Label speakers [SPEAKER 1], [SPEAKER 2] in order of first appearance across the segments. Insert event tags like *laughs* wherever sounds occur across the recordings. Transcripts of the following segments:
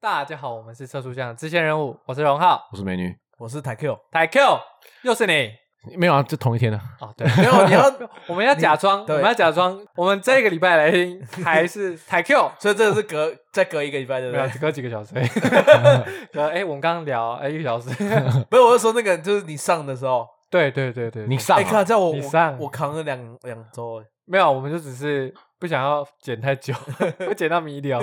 [SPEAKER 1] 大家好，我们是测速匠支线任务，我是荣浩，
[SPEAKER 2] 我是美女，
[SPEAKER 3] 我是台 Q， *laughs*
[SPEAKER 1] 台 Q，又是你
[SPEAKER 2] 没有啊，这同一天的、啊。
[SPEAKER 1] 哦，对，
[SPEAKER 3] *laughs* 没有你要，
[SPEAKER 1] *laughs* 我们要假装，我
[SPEAKER 3] 对
[SPEAKER 1] 们要假装，我们这个礼拜来
[SPEAKER 3] *laughs*
[SPEAKER 1] 听还是台 Q，
[SPEAKER 3] 所以这个是隔再隔一个礼拜，对不
[SPEAKER 1] 没有
[SPEAKER 3] 对？
[SPEAKER 1] 只隔几个小
[SPEAKER 3] *laughs*
[SPEAKER 1] 时而已， *laughs* 隔哎，我们刚刚聊哎一个小时，
[SPEAKER 3] 不是，我是说那个就是你上的时候，
[SPEAKER 1] 对对对对，
[SPEAKER 2] 你
[SPEAKER 1] 对
[SPEAKER 2] 上、
[SPEAKER 3] 哎，
[SPEAKER 2] 啊
[SPEAKER 3] 看这样我
[SPEAKER 1] 你上
[SPEAKER 3] 我我扛了两两周，哎
[SPEAKER 1] 没有，我们就只是不想要剪太久， *laughs* 会剪到迷 *laughs* 聊。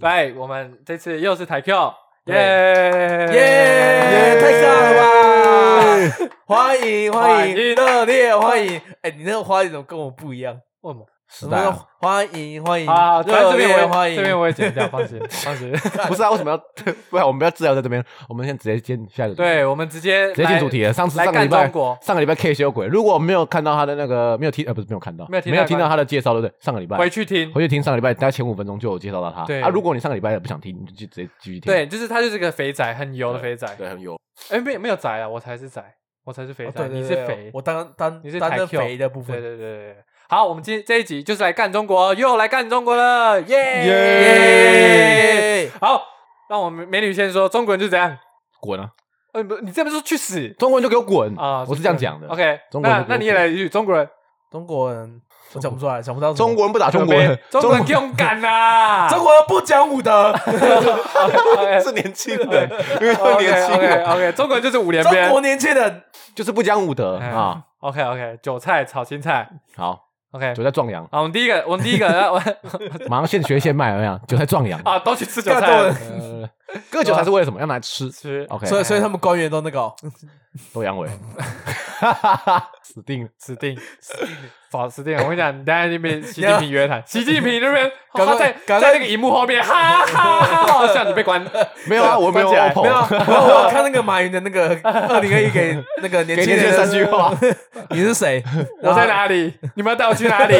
[SPEAKER 1] 对，我们这次又是台 Q，耶
[SPEAKER 3] 对耶，太尬了吧！欢迎欢迎
[SPEAKER 1] 欢迎，
[SPEAKER 3] 热烈欢迎！哎，你那个花语怎么跟我不一样？
[SPEAKER 1] 为什么？
[SPEAKER 2] 时
[SPEAKER 3] 我
[SPEAKER 2] 代
[SPEAKER 3] 们
[SPEAKER 2] 啊
[SPEAKER 3] 说欢迎欢迎，
[SPEAKER 1] 啊，反正
[SPEAKER 3] 热
[SPEAKER 1] 这边我
[SPEAKER 3] 烈
[SPEAKER 1] 也
[SPEAKER 3] 欢迎哦
[SPEAKER 1] 这！边我也剪掉，
[SPEAKER 2] *laughs*
[SPEAKER 1] 放心放心。
[SPEAKER 2] *laughs*
[SPEAKER 1] *laughs*
[SPEAKER 2] 不是啊，为什么要？不然我们不要治疗在这边，我们先直接进下一个，，
[SPEAKER 1] 对，我们直接
[SPEAKER 2] 直接进主题了。上次
[SPEAKER 1] 来
[SPEAKER 2] 上个
[SPEAKER 1] 干
[SPEAKER 2] 礼拜
[SPEAKER 1] 中国，
[SPEAKER 2] 上个礼拜 K 修鬼，如果没有看到他的那个，没有听呃，不是没有看到，
[SPEAKER 1] 没有听到
[SPEAKER 2] 听到他的介绍，对不对？上个礼拜
[SPEAKER 1] 回去听。
[SPEAKER 2] 回去听上个礼拜，大概前五分钟就有介绍到他。
[SPEAKER 1] 对
[SPEAKER 2] 啊，如果你上个礼拜也不想听，你就去直接继续听。
[SPEAKER 1] 对，就是他就是个肥仔，很油的肥仔。
[SPEAKER 2] 对，很有。
[SPEAKER 1] 哎，没有没有宅啊，我才是宅，我才是肥
[SPEAKER 3] 哦
[SPEAKER 1] 宅，
[SPEAKER 3] 对对
[SPEAKER 1] 你
[SPEAKER 3] 对
[SPEAKER 1] 是
[SPEAKER 3] 对
[SPEAKER 1] 肥，
[SPEAKER 3] 我当当
[SPEAKER 1] 你是
[SPEAKER 3] 当
[SPEAKER 1] 台
[SPEAKER 3] 那
[SPEAKER 1] Q
[SPEAKER 3] 肥的部
[SPEAKER 1] 对
[SPEAKER 3] 分，
[SPEAKER 1] 对对对对。好，我们今天这一集就是来干中国，哦又来干中国了，耶、
[SPEAKER 3] 耶！
[SPEAKER 1] 好，让我们美女先说，中国人就怎样？
[SPEAKER 2] 滚啊！
[SPEAKER 1] 呃，不，你这边说去死
[SPEAKER 2] 中国人就给我滚
[SPEAKER 1] 啊！
[SPEAKER 2] 我是这样讲的。
[SPEAKER 1] OK，
[SPEAKER 2] 中国人
[SPEAKER 1] 那
[SPEAKER 2] 就
[SPEAKER 1] 那你也来一句，中国人，
[SPEAKER 3] 中国人我讲不出来，想不到什么
[SPEAKER 2] *laughs* 中国人不打啊中国人，
[SPEAKER 1] 中国人勇敢啊呐、
[SPEAKER 3] 中国人不讲
[SPEAKER 1] *laughs*
[SPEAKER 3] 武德，
[SPEAKER 2] 是年轻人， *laughs* 因为是
[SPEAKER 1] OK
[SPEAKER 2] 年轻
[SPEAKER 1] OK
[SPEAKER 2] 人
[SPEAKER 1] OK，中国人就是五连
[SPEAKER 3] 中
[SPEAKER 1] 鞭
[SPEAKER 3] 国。年轻人
[SPEAKER 2] 就是不讲武德
[SPEAKER 1] 哎
[SPEAKER 2] 啊。
[SPEAKER 1] OK OK，韭菜炒青菜。
[SPEAKER 2] 好，
[SPEAKER 1] OK，
[SPEAKER 2] 韭菜壮
[SPEAKER 1] *laughs*
[SPEAKER 2] 阳，
[SPEAKER 1] 好，我们第一个，我们第一
[SPEAKER 2] *laughs*
[SPEAKER 1] 个，啊我，
[SPEAKER 2] 马上现学现卖，有没有？韭菜壮阳
[SPEAKER 1] 啊，都去吃韭菜
[SPEAKER 3] 干中
[SPEAKER 1] 了
[SPEAKER 3] 文
[SPEAKER 2] 呃，割韭菜是为了什么？要拿来吃。 *laughs*
[SPEAKER 1] 吃
[SPEAKER 2] OK，
[SPEAKER 3] 所以所以他们官员都那个哦，
[SPEAKER 2] 都阳痿，死定了。
[SPEAKER 1] 死定， *laughs* 早死定了！我跟你讲，你待在那边，习近平约谈，习近平那边 *laughs*
[SPEAKER 3] 赶
[SPEAKER 1] 他
[SPEAKER 3] 快
[SPEAKER 1] 在在
[SPEAKER 3] 赶快
[SPEAKER 1] 那个荧幕后面，哈哈哈哈，像你被关，
[SPEAKER 2] *laughs* 没 *laughs* 有啊，我没有
[SPEAKER 1] 关起来
[SPEAKER 2] OPPO，
[SPEAKER 3] 没有啊，我我看那个马云的那个
[SPEAKER 1] *laughs*
[SPEAKER 3] 二零二一给那个年
[SPEAKER 2] 给
[SPEAKER 3] 轻
[SPEAKER 2] 年轻
[SPEAKER 3] 人
[SPEAKER 2] 人三句话，
[SPEAKER 3] *laughs* 你是谁？
[SPEAKER 1] *laughs* 我在？哪里？你们要带我去哪里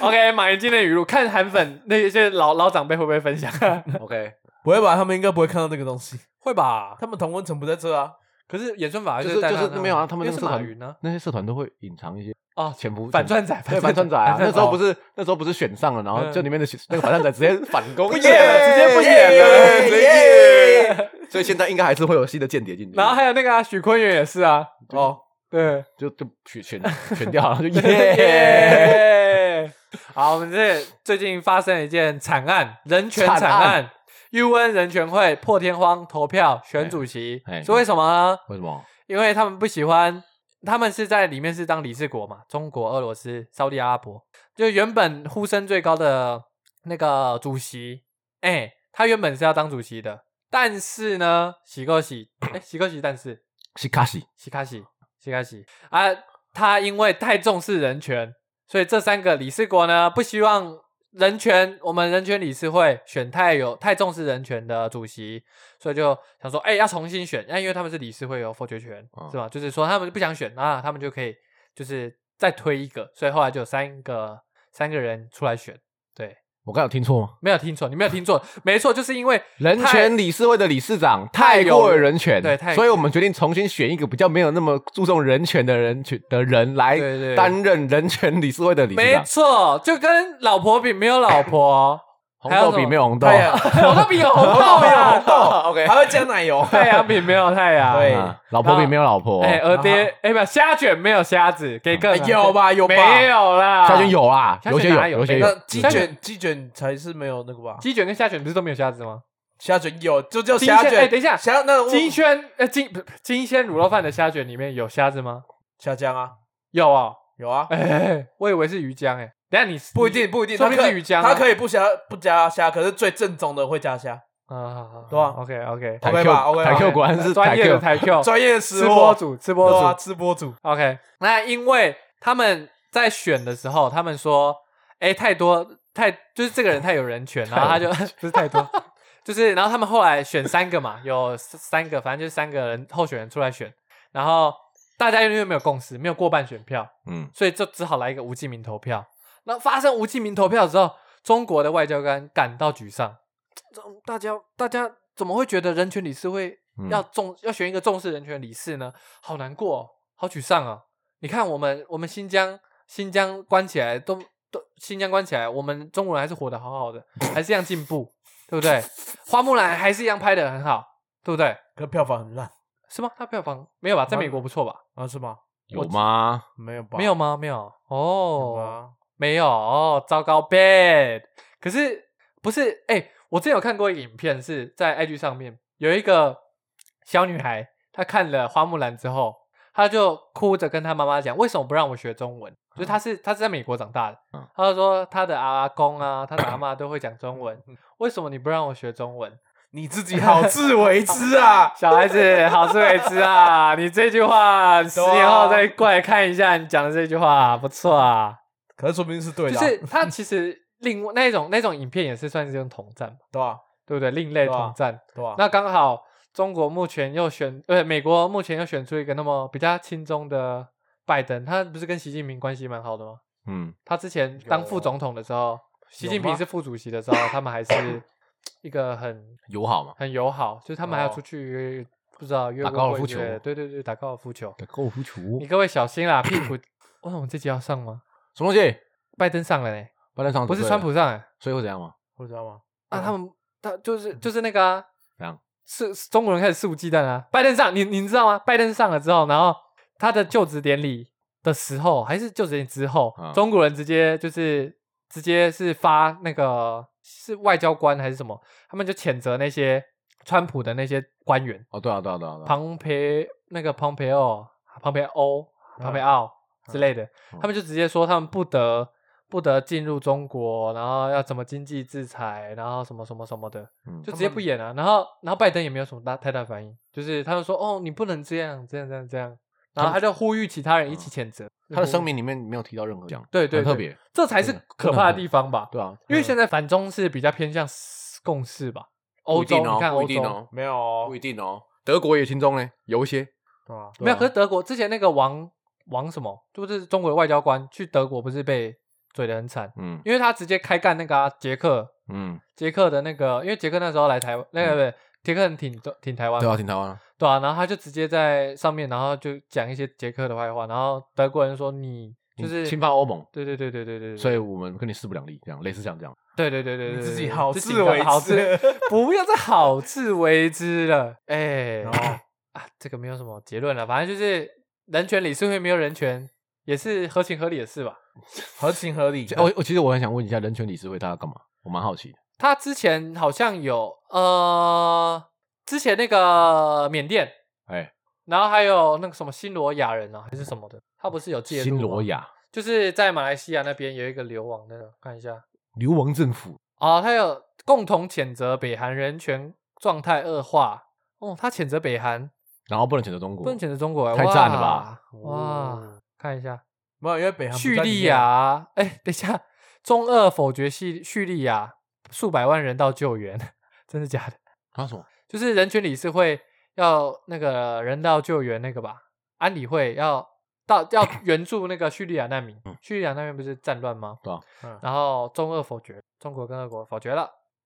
[SPEAKER 1] ？OK，马云今天的语录，看韩粉那些老老长辈会不会分享？
[SPEAKER 2] OK，
[SPEAKER 3] 不会吧？他们应该不会看到那个东西，
[SPEAKER 1] 会吧？
[SPEAKER 3] 他们同温层不在这啊。
[SPEAKER 1] *laughs* 可是演算法
[SPEAKER 2] 就是
[SPEAKER 1] 是带
[SPEAKER 2] 就是没有啊他们
[SPEAKER 1] 因为
[SPEAKER 2] 那个
[SPEAKER 1] 是
[SPEAKER 2] 社
[SPEAKER 1] 马
[SPEAKER 2] 团
[SPEAKER 1] 云呢？
[SPEAKER 2] 那些社团都会隐藏一些
[SPEAKER 1] 哦，
[SPEAKER 2] 潜伏
[SPEAKER 1] 反转仔，哦
[SPEAKER 2] 对反串仔啊，那时候不
[SPEAKER 1] 是
[SPEAKER 2] 是那时候不是选上了，然后
[SPEAKER 1] 嗯
[SPEAKER 2] 就里面的那个反串仔直接反攻，不
[SPEAKER 1] 演了直接不演了
[SPEAKER 2] 直接演。所以现在应该还是会有新的间谍进去，
[SPEAKER 1] 然后还有那个啊许坤元也是啊，
[SPEAKER 3] 哦，
[SPEAKER 1] 对。
[SPEAKER 2] 就就选选选掉 *laughs* 了，然后就耶
[SPEAKER 1] 耶！
[SPEAKER 2] *laughs*
[SPEAKER 1] 好，我们这最近发生了一件惨案，人权惨
[SPEAKER 2] 惨案
[SPEAKER 1] 案。UN 人权会破天荒投票选主席
[SPEAKER 2] 哎，哎
[SPEAKER 1] 是为什么呢？
[SPEAKER 2] 为什么？
[SPEAKER 1] 因为他们不喜欢，他们是在里面是当理事国嘛，中国、俄罗斯、沙特阿拉伯，就原本呼声最高的那个主席，哎、他原本是要当主席的，但是呢，喜够喜，哎、喜够喜，但是
[SPEAKER 2] 是卡西
[SPEAKER 1] 西卡西，西卡西啊，他因为太重视人权，所以这三个理事国呢，不希望人权，我们人权理事会选太有太重视人权的主席，所以就想说，哎、要重新选，那、因为他们是理事会有否决权，
[SPEAKER 2] 嗯
[SPEAKER 1] 是吧？就是说他们不想选啊，他们就可以就是再推一个，所以后来就有三个三个人出来选，对。
[SPEAKER 2] 我刚有听错吗？
[SPEAKER 1] 没有听错，你没有听错，没错，就是因为
[SPEAKER 2] 人
[SPEAKER 1] 太
[SPEAKER 2] 权理事会的理事长
[SPEAKER 1] 太
[SPEAKER 2] 太
[SPEAKER 1] 有
[SPEAKER 2] 过于人权，
[SPEAKER 1] 对太
[SPEAKER 2] 所以我们决定重新选一个比较没有那么注重人权的人群的人来
[SPEAKER 1] 对对
[SPEAKER 2] 担任人权理事会的理事
[SPEAKER 1] 没
[SPEAKER 2] 长。
[SPEAKER 1] 错，就跟老婆比没有老婆，
[SPEAKER 2] 红
[SPEAKER 1] 还有
[SPEAKER 2] 豆
[SPEAKER 1] 什
[SPEAKER 2] 比
[SPEAKER 1] 么
[SPEAKER 2] 没有红豆，
[SPEAKER 3] 太阳，
[SPEAKER 1] 红豆饼有红啊豆
[SPEAKER 3] 有
[SPEAKER 1] 呀
[SPEAKER 3] 红，豆
[SPEAKER 2] OK
[SPEAKER 3] 还会加奶油。 *laughs*
[SPEAKER 1] 太阳饼没有太阳，
[SPEAKER 3] 对哦
[SPEAKER 2] 啊老婆比没有老婆，
[SPEAKER 1] 哎，鹅
[SPEAKER 3] 然
[SPEAKER 1] 爹，哎，不，虾卷没有虾子，给个
[SPEAKER 3] 哎有？吧有吧？
[SPEAKER 1] 没有啦，
[SPEAKER 2] 夏卷，有啊，
[SPEAKER 1] 夏
[SPEAKER 2] 有些
[SPEAKER 1] 卷哪
[SPEAKER 2] 有，
[SPEAKER 1] 有
[SPEAKER 2] 有些
[SPEAKER 1] 没
[SPEAKER 2] 有
[SPEAKER 3] 那
[SPEAKER 1] 有。
[SPEAKER 3] 鸡
[SPEAKER 1] 虾
[SPEAKER 3] 卷鸡卷才是没有那个吧？
[SPEAKER 1] 鸡卷跟虾卷不是都没有虾子吗？
[SPEAKER 3] 虾卷有，就叫
[SPEAKER 1] 鸡
[SPEAKER 3] 虾
[SPEAKER 1] 圈
[SPEAKER 3] 卷。
[SPEAKER 1] 哎等一下
[SPEAKER 3] 虾那我
[SPEAKER 1] 金萱，呃，金不金鲜卤肉饭的虾卷里面有虾子吗？
[SPEAKER 3] 虾酱啊，
[SPEAKER 1] 有啊，
[SPEAKER 3] 有啊，
[SPEAKER 1] 哎，我以为是鱼浆，哎，等一下你
[SPEAKER 3] 不一，定不一定，
[SPEAKER 1] 说不定
[SPEAKER 3] 它可
[SPEAKER 1] 是鱼浆啊
[SPEAKER 3] 它可以不加不加虾，可是最正宗的会加虾。
[SPEAKER 1] 你啊，
[SPEAKER 3] 对啊
[SPEAKER 1] ，OK OK，
[SPEAKER 2] 台
[SPEAKER 3] OK
[SPEAKER 2] Q
[SPEAKER 3] 吧，OK 吧
[SPEAKER 2] 台 Q 果然是
[SPEAKER 1] 专
[SPEAKER 2] 台
[SPEAKER 1] 业的
[SPEAKER 2] Q，
[SPEAKER 1] 台 Q，
[SPEAKER 3] 专业
[SPEAKER 1] 哦吃
[SPEAKER 3] 吃
[SPEAKER 1] 播
[SPEAKER 3] 货，
[SPEAKER 1] 主，吃播
[SPEAKER 3] 对啊
[SPEAKER 1] 主，
[SPEAKER 3] 吃播主，
[SPEAKER 1] OK，那因为他们在选的时候，他们说，哎，太多太就是这个人太有人权， *laughs* 然后他就
[SPEAKER 2] *laughs*
[SPEAKER 1] 不是太多，就是然后他们后来选三个嘛，有三三个，反正就是三个人候选人出来选，然后大家因为没有共识，没有过半选票，
[SPEAKER 2] 嗯，
[SPEAKER 1] 所以就只好来一个无记名投票。那发生无记名投票之后，中国的外交官感到沮丧，这大家大家怎么会觉得人权理事会
[SPEAKER 2] 嗯
[SPEAKER 1] 要重要选一个重视人权的理事呢，好难过、哦，好沮丧哦。你看我们我们新疆新疆关起来都都新疆关起来，我们中国人还是活得好好的，还是一样进步，对不对？花木兰还是一样拍的很好，对不对？
[SPEAKER 3] 可票房很烂
[SPEAKER 1] 是吗？它票房没有吧？在美国不错吧？
[SPEAKER 3] 啊？是吗？
[SPEAKER 2] 有吗？
[SPEAKER 3] 没有吧？
[SPEAKER 1] 没有吗？没有
[SPEAKER 3] 有
[SPEAKER 1] 哦，
[SPEAKER 3] 吗？
[SPEAKER 1] 没有哦，糟糕，bad。可是不是？哎、我之前有看过一个影片，是在 IG 上面有一个小女孩，她看了花木兰之后，她就哭着跟她妈妈讲，为什么不让我学中文？就是她是她是在美国长大的
[SPEAKER 2] 嗯，
[SPEAKER 1] 她就说她的阿公啊，她的阿妈都会讲中文，为什么你不让我学中文？！
[SPEAKER 3] 你自己好自为之啊 *laughs*
[SPEAKER 1] 小孩子，好自为之啊！你这句话十年后再过来看一下，你讲的这句话不错啊。
[SPEAKER 3] 可是说不定是对
[SPEAKER 1] 就
[SPEAKER 3] 的啊，
[SPEAKER 1] 是他其实另外那种那种影片也是算是用统战嘛，
[SPEAKER 3] 对吧？
[SPEAKER 1] 对不对？另
[SPEAKER 2] 啊
[SPEAKER 1] 类统战。
[SPEAKER 3] 对吧？
[SPEAKER 1] 那刚好中国目前又选，呃，美国目前又选出一个那么比较亲中的拜登，他不是跟习近平关系蛮好的吗？
[SPEAKER 2] 嗯，
[SPEAKER 1] 他之前当
[SPEAKER 2] 啊
[SPEAKER 1] 副总统的时候，习近平是副主席的时候，他们还
[SPEAKER 2] *coughs*
[SPEAKER 1] 是一个很
[SPEAKER 2] 友好嘛，
[SPEAKER 1] 很友好，就是他们还要
[SPEAKER 3] 哦
[SPEAKER 1] 出去、不知道约
[SPEAKER 2] 打
[SPEAKER 1] 过
[SPEAKER 2] 高尔
[SPEAKER 1] 会
[SPEAKER 2] 夫
[SPEAKER 1] 之类的
[SPEAKER 2] 球
[SPEAKER 1] 对对对，打高尔夫球。
[SPEAKER 2] 打高尔夫球
[SPEAKER 1] 你各位小心
[SPEAKER 2] *coughs*
[SPEAKER 1] 啦，屁股。哇，我们这集要上吗？
[SPEAKER 2] 什么东西？
[SPEAKER 1] 拜登上了呢，
[SPEAKER 2] 拜登上
[SPEAKER 1] 不是
[SPEAKER 2] 对
[SPEAKER 1] 川普上哎、
[SPEAKER 2] 所以会怎样吗？
[SPEAKER 3] 我知道吗？
[SPEAKER 1] 啊，
[SPEAKER 3] 嗯
[SPEAKER 1] 他们他就是就是那个啊，
[SPEAKER 2] 怎嗯样
[SPEAKER 1] 是是中国人开始肆无忌惮啊。拜登上，你你知道吗？拜登上了之后，然后他的就职典礼的时候，还是就职典礼之后，
[SPEAKER 2] 嗯
[SPEAKER 1] 中国人直接就是直接是发那个是外交官还是什么，他们就谴责那些川普的那些官员，
[SPEAKER 2] 哦，对啊，对啊，对啊，对啊
[SPEAKER 1] 庞培那个庞培奥、庞培欧、
[SPEAKER 3] 嗯
[SPEAKER 1] 庞培奥之类的，
[SPEAKER 2] 嗯
[SPEAKER 1] 他们就直接说他们不得不得进入中国，然后要怎么经济制裁，然后什么什么什么的，
[SPEAKER 2] 嗯
[SPEAKER 1] 就直接不演了、啊然后然后拜登也没有什么大太大反应，就是他们说哦你不能这样这样这样这样，然后他就呼吁其他人一起谴责。
[SPEAKER 2] 嗯他的声明里面没有提到任何奖，
[SPEAKER 1] 对对
[SPEAKER 2] 很特
[SPEAKER 1] 对
[SPEAKER 2] 别，
[SPEAKER 1] 这才是
[SPEAKER 2] 真的
[SPEAKER 1] 可怕的地方吧？
[SPEAKER 2] 对啊，
[SPEAKER 1] 因为现在反中是比较偏向共识吧，欧
[SPEAKER 2] 不一定
[SPEAKER 1] 洲
[SPEAKER 2] 哦
[SPEAKER 1] 你看
[SPEAKER 2] 不
[SPEAKER 1] 欧
[SPEAKER 2] 一定
[SPEAKER 1] 洲。
[SPEAKER 2] 哦，
[SPEAKER 3] 没有哦
[SPEAKER 2] 不一，定哦，德国也亲中嘞，有一些，
[SPEAKER 3] 对吧？
[SPEAKER 1] 没有，可
[SPEAKER 2] 对
[SPEAKER 1] 是德国之前那个王王什么，就是中国的外交官去德国，不是被嘴的很惨，
[SPEAKER 2] 嗯
[SPEAKER 1] 因为他直接开干那个、啊、捷克，
[SPEAKER 2] 嗯，
[SPEAKER 1] 捷克的那个，因为捷克那时候来台湾，那个、不是捷克人挺挺台湾
[SPEAKER 2] 对
[SPEAKER 1] 嘛，
[SPEAKER 2] 啊，挺台湾啊，
[SPEAKER 1] 对啊，然后他就直接在上面，然后就讲一些捷克的坏话，然后德国人说你就是
[SPEAKER 2] 你侵犯欧盟，
[SPEAKER 1] 对对对对对对对，
[SPEAKER 2] 所以我们跟你势不两立，这样类似像这样，
[SPEAKER 1] 对对对对对，对
[SPEAKER 3] 你自己
[SPEAKER 1] 对
[SPEAKER 3] 好
[SPEAKER 1] 就
[SPEAKER 3] 自
[SPEAKER 1] 警告
[SPEAKER 3] 为
[SPEAKER 1] 好
[SPEAKER 3] 之
[SPEAKER 1] 自，
[SPEAKER 3] *laughs*
[SPEAKER 1] 不要再好自为之了，哎、
[SPEAKER 3] 然后
[SPEAKER 1] 啊，这个没有什么结论了，反正就是人权理事会没有人权，也是合情合理的事吧。
[SPEAKER 3] 合情合理。
[SPEAKER 2] 哦我我其实我很想问一下，人权理事会他要干嘛？我蛮好奇的，
[SPEAKER 1] 他之前好像有呃，之前那个缅甸，
[SPEAKER 2] 哎，
[SPEAKER 1] 然后还有那个什么新罗亚人啊，还是什么的，他不是有介入？
[SPEAKER 2] 新罗，亚
[SPEAKER 1] 就是在马来西亚那边有一个流亡的，看一下
[SPEAKER 2] 流亡政府，
[SPEAKER 1] 啊、他有共同谴责北韩人权状态恶化。哦，他谴责北韩，
[SPEAKER 2] 然后不能谴责中国，
[SPEAKER 1] 不能谴责中国、欸，
[SPEAKER 2] 太赞了吧
[SPEAKER 1] 哇！哇，看一下，
[SPEAKER 3] 嗯没有，因为北韩不
[SPEAKER 1] 叙
[SPEAKER 3] 在里
[SPEAKER 1] 利
[SPEAKER 3] 面啊，
[SPEAKER 1] 亚，哎、等一下，中俄否决叙叙利亚数百万人道救援，真的假的？
[SPEAKER 2] 啊什么？
[SPEAKER 1] 就是人权理事会要那个人道救援那个吧，安理会要到
[SPEAKER 2] *coughs*
[SPEAKER 1] 要援助那个叙利亚难民
[SPEAKER 2] 嗯，
[SPEAKER 1] 叙利亚那边不是战乱吗？
[SPEAKER 2] 对啊
[SPEAKER 3] 嗯
[SPEAKER 1] 然后中俄否决，中国跟俄国否决了，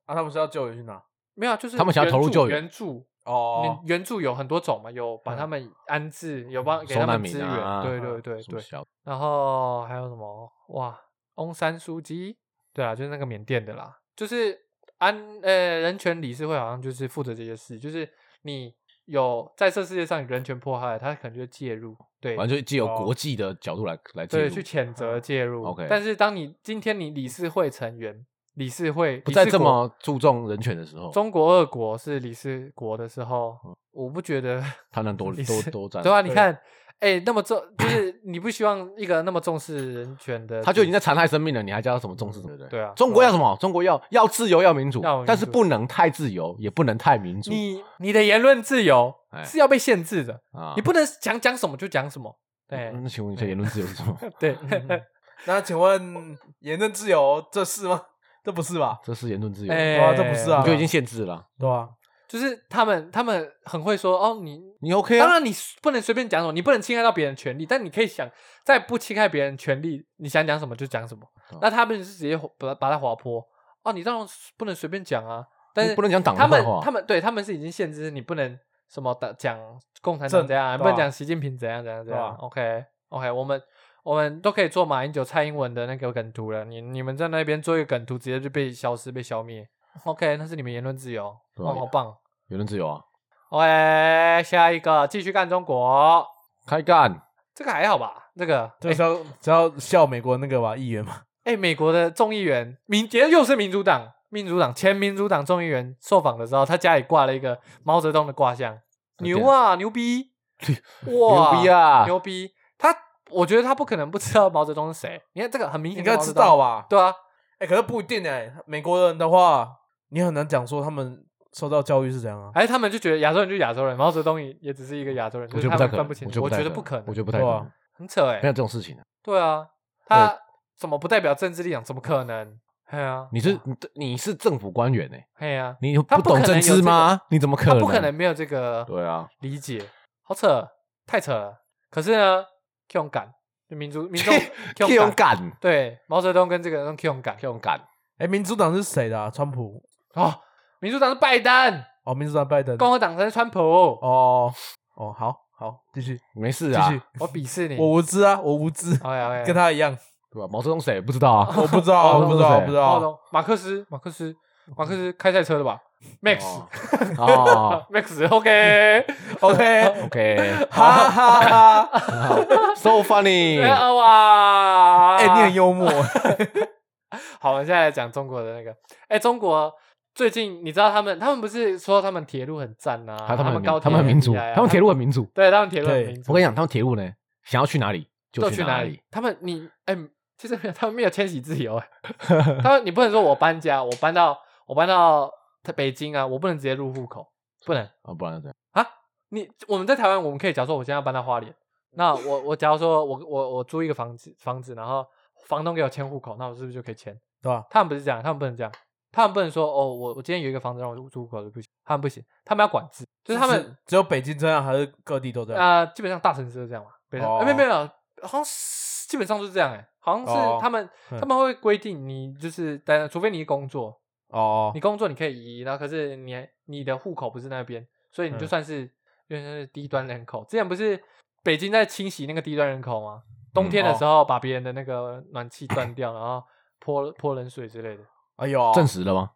[SPEAKER 3] 啊，他们是要救援去哪？
[SPEAKER 1] 没有啊，就是
[SPEAKER 2] 他们想要投入
[SPEAKER 1] 援助
[SPEAKER 2] 救援
[SPEAKER 1] 援助。
[SPEAKER 3] 哦，
[SPEAKER 1] 援助有很多种嘛，有把
[SPEAKER 3] 嗯
[SPEAKER 1] 他们安置，有帮给
[SPEAKER 2] 嗯收
[SPEAKER 1] 他
[SPEAKER 2] 难
[SPEAKER 1] 们
[SPEAKER 2] 民
[SPEAKER 1] 资源，
[SPEAKER 2] 啊
[SPEAKER 1] 对对对
[SPEAKER 2] 什么
[SPEAKER 1] 对。
[SPEAKER 2] 小
[SPEAKER 1] 然后还有什么？哇，翁山书记，对啊，就是那个缅甸的啦，就是安呃人权理事会好像就是负责这些事，就是你有在这世界上有人权迫害，他可能就介入，对
[SPEAKER 2] 反正就借由
[SPEAKER 3] 哦
[SPEAKER 2] 国际的角度来来介
[SPEAKER 1] 对，
[SPEAKER 2] 入嗯
[SPEAKER 1] 去谴责介入。
[SPEAKER 2] OK
[SPEAKER 1] 但是当你今天你理事会成员，理事会
[SPEAKER 2] 不再
[SPEAKER 1] 理事
[SPEAKER 2] 这
[SPEAKER 1] 国
[SPEAKER 2] 么注重人权的时候，
[SPEAKER 1] 中国俄国是理事国的时候，
[SPEAKER 2] 嗯
[SPEAKER 1] 我不觉
[SPEAKER 2] *laughs*
[SPEAKER 1] 得。
[SPEAKER 2] 他能多
[SPEAKER 1] 理
[SPEAKER 2] 多
[SPEAKER 1] 事
[SPEAKER 2] 多占，
[SPEAKER 1] 对啊，你
[SPEAKER 3] 对
[SPEAKER 1] 看，哎、那么重，就是你不希望一个那么重视人权的，
[SPEAKER 2] 他就已经在残害生命了，你还叫他什么重视什么？对不
[SPEAKER 1] 对啊
[SPEAKER 2] 中国要什么？中国要要自由，要民主
[SPEAKER 1] 要民，主
[SPEAKER 2] 但是不能太自由，也不能太民主
[SPEAKER 1] 你你的言论自由
[SPEAKER 2] 哎
[SPEAKER 1] 是要被限制的，
[SPEAKER 2] 啊！
[SPEAKER 1] 你不能想讲什么就讲什么。对
[SPEAKER 2] 嗯，那嗯请问一下，言论自由是
[SPEAKER 1] *laughs*
[SPEAKER 2] 什么？
[SPEAKER 1] 对，
[SPEAKER 3] 嗯那请问言论自由这是吗？ *laughs* 这不是吧？
[SPEAKER 2] 这是言论自
[SPEAKER 1] *laughs*
[SPEAKER 2] 由，你
[SPEAKER 1] 哎
[SPEAKER 3] 对啊这不是啊
[SPEAKER 2] 就已经限制了。
[SPEAKER 3] 对啊，
[SPEAKER 1] 就是他们他们很会说哦，你
[SPEAKER 2] 你 OK
[SPEAKER 1] 当
[SPEAKER 2] 啊？
[SPEAKER 1] 然你不能随便讲什么，你不能侵害到别人权利，但你可以想在不侵害别人权利，你想讲什么就讲什么
[SPEAKER 2] 哦。
[SPEAKER 1] 那他们是直接把把它划破哦，你当然不能随便讲啊，但是
[SPEAKER 2] 你不能讲党的
[SPEAKER 1] 他们
[SPEAKER 2] 坏话
[SPEAKER 1] 他们对他们是已经限制你不能什么的讲共产党
[SPEAKER 3] 这
[SPEAKER 1] 怎样，
[SPEAKER 3] 对
[SPEAKER 1] 不能
[SPEAKER 3] 啊
[SPEAKER 1] 讲习近平怎样怎样怎样
[SPEAKER 3] 对啊。
[SPEAKER 1] OK OK，我们我们都可以做马英九、蔡英文的那个梗图了。你你们在那边做一个梗图，直接就被消失、被消灭。OK，那是你们言论自由，
[SPEAKER 2] 对啊
[SPEAKER 1] 哦，好棒。
[SPEAKER 2] 言论自由啊，
[SPEAKER 1] OK，下一个继续干中国，
[SPEAKER 2] 开干！
[SPEAKER 1] 这个还好吧？这个
[SPEAKER 3] 这是要只要笑美国那个吧议员嘛，
[SPEAKER 1] 哎、美国的众议员民也又是民主党，民主党前民主党众议员受访的时候，他家里挂了一个毛泽东的卦象，
[SPEAKER 2] 对啊
[SPEAKER 1] 牛啊，牛逼，哇，
[SPEAKER 2] *laughs* 牛逼啊！
[SPEAKER 1] 牛逼！他我觉得他不可能不知道毛泽东是谁，你看这个很明显，
[SPEAKER 3] 应该知道
[SPEAKER 1] 吧？
[SPEAKER 3] 吧？
[SPEAKER 1] 对啊，
[SPEAKER 3] 哎，可是不一定哎，美国人的话，你很难讲说他们受到教育是怎样啊，
[SPEAKER 1] 哎，他们就觉得亚洲人就亚洲人，毛泽东也也只是一个亚洲人，
[SPEAKER 2] 我
[SPEAKER 1] 就
[SPEAKER 2] 觉
[SPEAKER 1] 是他
[SPEAKER 2] 得不太
[SPEAKER 1] 们
[SPEAKER 2] 可
[SPEAKER 1] 分
[SPEAKER 2] 能
[SPEAKER 1] 不，清
[SPEAKER 2] 我觉，得
[SPEAKER 1] 我
[SPEAKER 2] 不
[SPEAKER 1] 觉
[SPEAKER 2] 太可
[SPEAKER 1] 得
[SPEAKER 2] 能，
[SPEAKER 1] 不可能，
[SPEAKER 2] 我觉得不太
[SPEAKER 3] 对
[SPEAKER 2] 可
[SPEAKER 3] 吧
[SPEAKER 2] 能，？
[SPEAKER 1] 很扯哎、
[SPEAKER 2] 没有这种事情啊。
[SPEAKER 1] 对啊，他怎么不代表政治立场？怎么可能？哎呀、
[SPEAKER 2] 你是你你是政府官员呢，
[SPEAKER 1] 哎呀、
[SPEAKER 2] 你
[SPEAKER 1] 他不
[SPEAKER 2] 懂
[SPEAKER 1] 可能
[SPEAKER 2] 政
[SPEAKER 1] 有
[SPEAKER 2] 治吗？你怎么可
[SPEAKER 1] 他
[SPEAKER 2] 能？
[SPEAKER 1] 不可能。没有这个
[SPEAKER 2] 对啊，
[SPEAKER 1] 理解，好扯，太扯了。可是呢，勇敢，民族民众
[SPEAKER 2] 这
[SPEAKER 1] 勇
[SPEAKER 2] 种
[SPEAKER 1] 敢，
[SPEAKER 2] 感，
[SPEAKER 1] 对毛泽东跟这个人勇敢
[SPEAKER 2] 这种感，
[SPEAKER 3] 哎，民主党是谁的啊？川普
[SPEAKER 1] 哦，民主党是拜登，
[SPEAKER 3] 哦，民主党拜登
[SPEAKER 1] 共和党是川普。
[SPEAKER 3] 哦哦，好好继续
[SPEAKER 2] 没事
[SPEAKER 3] 继
[SPEAKER 2] 啊，
[SPEAKER 3] 续，
[SPEAKER 1] 我鄙视你，
[SPEAKER 3] 我无知啊，我无知，
[SPEAKER 1] 哎呀，哎呀
[SPEAKER 3] 跟他一样，
[SPEAKER 2] 对吧？毛泽东谁不知道啊？
[SPEAKER 3] 我不知道，
[SPEAKER 2] 哦
[SPEAKER 3] 我不知道，
[SPEAKER 2] 是
[SPEAKER 3] 我
[SPEAKER 2] 谁
[SPEAKER 3] 不知
[SPEAKER 1] 毛
[SPEAKER 3] 道，
[SPEAKER 1] 泽东马克思，马克思，马克思开赛车的吧？Max，Max，OK，、 *laughs*
[SPEAKER 2] 哦
[SPEAKER 3] *laughs*
[SPEAKER 1] OK
[SPEAKER 3] OK，
[SPEAKER 2] ，OK，
[SPEAKER 3] 哈哈哈，
[SPEAKER 2] so funny，
[SPEAKER 1] 哎啊哇！
[SPEAKER 3] 哎，你很幽默，
[SPEAKER 1] 好，我们现在来讲中国的那个。哎、中国最近你知道他们，他们不是说他们铁路很赞啊，
[SPEAKER 2] 还有他
[SPEAKER 1] 们
[SPEAKER 2] 们
[SPEAKER 1] 高
[SPEAKER 2] 很
[SPEAKER 1] 铁
[SPEAKER 2] 他们很民主，
[SPEAKER 1] 很厉害啊
[SPEAKER 2] 他们铁路很民主。
[SPEAKER 1] 对他们铁路很
[SPEAKER 3] 对
[SPEAKER 1] 民主。
[SPEAKER 2] 我跟你讲，他们铁路呢，想要去哪里
[SPEAKER 1] 就
[SPEAKER 2] 就
[SPEAKER 1] 去
[SPEAKER 2] 哪
[SPEAKER 1] 里。？他们你哎、其实没有，他们没有迁徙自
[SPEAKER 2] *laughs*
[SPEAKER 1] 由、哎他们你不能说我搬家，我搬到我搬到北京啊，我不能直接入户口，不能。
[SPEAKER 2] 啊，不然这样，
[SPEAKER 1] 你我们在台湾，我们可以假如说我现在要搬到花莲，那我我假如说我我我租一个房子房子，然后房东给我迁户口，那我是不是就可以迁？
[SPEAKER 3] 对吧？
[SPEAKER 1] 他们不是这样，他们不能这样，他们不能说哦，我我今天有一个房子让我入户口就不行，他们不行，他们要管制，就是他们
[SPEAKER 3] 只有北京这样，还是各地都这样？
[SPEAKER 1] 呃，基本上大城市都这样嘛，北上、
[SPEAKER 3] 哦
[SPEAKER 1] 呃没有没有，好像是基本上就是这样哎、好像
[SPEAKER 3] 哦
[SPEAKER 1] 是他们、
[SPEAKER 3] 嗯
[SPEAKER 1] 他们会规定你就是，但除非你工作，
[SPEAKER 3] 哦
[SPEAKER 1] 你，工作你可以移，然后可是你你的户口不是那边，所以你就
[SPEAKER 3] 嗯
[SPEAKER 1] 算是、就算是低端人口。之前不是北京在清洗那个低端人口吗？冬
[SPEAKER 2] 嗯
[SPEAKER 1] 天的
[SPEAKER 3] 哦
[SPEAKER 1] 时候把别人的那个暖气断掉，然后泼泼冷水之类的。
[SPEAKER 3] 哎呦，
[SPEAKER 2] 证实了吗？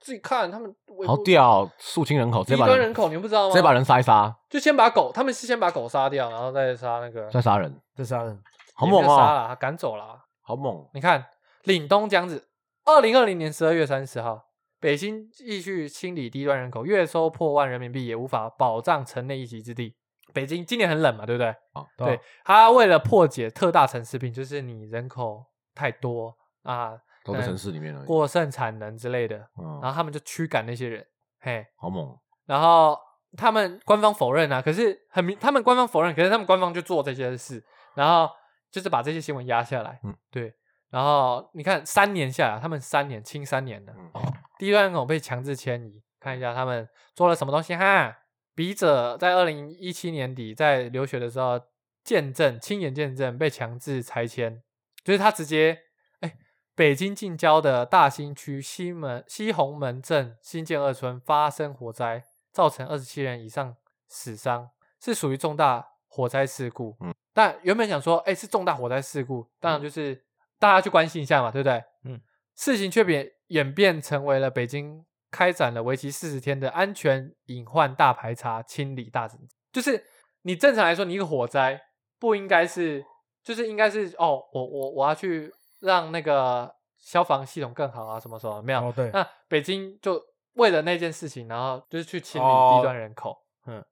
[SPEAKER 1] 自己看他们微
[SPEAKER 2] 好
[SPEAKER 1] 博
[SPEAKER 2] 屌哦，肃清人口，直
[SPEAKER 1] 低
[SPEAKER 2] 接把
[SPEAKER 1] 端人口，你不知道吗？
[SPEAKER 2] 直接把人杀一杀，
[SPEAKER 1] 就先把狗，他们是先把狗杀掉，然后再杀那个，
[SPEAKER 2] 再杀人，
[SPEAKER 3] 这杀人，
[SPEAKER 2] 好猛
[SPEAKER 1] 也没有杀
[SPEAKER 2] 啊，
[SPEAKER 1] 了，赶走了。
[SPEAKER 2] 好猛！
[SPEAKER 1] 你看，凛冬将至，二零二零年十二月三十号，北京继续清理低端人口，月收破万人民币也无法保障城内一席之地。北京今年很冷嘛，对不对？
[SPEAKER 2] 啊
[SPEAKER 3] 对
[SPEAKER 1] 对，啊他为了破解特大城市病，就是你人口太多啊，
[SPEAKER 2] 都在城市里面了，
[SPEAKER 1] 过剩产能之类的，然
[SPEAKER 2] 嗯，
[SPEAKER 1] 后他们就驱赶那些人，嘿，
[SPEAKER 2] 好猛，
[SPEAKER 1] 然后他们官方否认啊，可是很明，他们官方否认，可是他们官方就做这些事，然后就是把这些新闻压下来。
[SPEAKER 2] 嗯，
[SPEAKER 1] 对。然后你看，三年下来，他们三年清三年了，哦
[SPEAKER 2] 嗯
[SPEAKER 1] 低端人口被强制迁移。看一下他们做了什么东西哈。笔者在二零一七年底在留学的时候，见证亲眼见证被强制拆迁，就是他直接哎，北京近郊的大兴区西门西红门镇新建二村发生火灾，造成二十七人以上死伤，是属于重大火灾事故。
[SPEAKER 2] 嗯，
[SPEAKER 1] 但原本想说，哎，是重大火灾事故，当然就是大家去关心一下嘛，对不对？
[SPEAKER 3] 嗯，
[SPEAKER 1] 事情却变演变成为了北京开展了为期四十天的安全隐患大排查清理大整治，就是你正常来说，你一个火灾不应该是，就是应该是哦，我我我要去让那个消防系统更好啊，什么什么没有，
[SPEAKER 3] 哦对，
[SPEAKER 1] 那北京就为了那件事情，然后就是去清理
[SPEAKER 3] 哦
[SPEAKER 1] 低端人口。嗯 *laughs*
[SPEAKER 3] 嗯，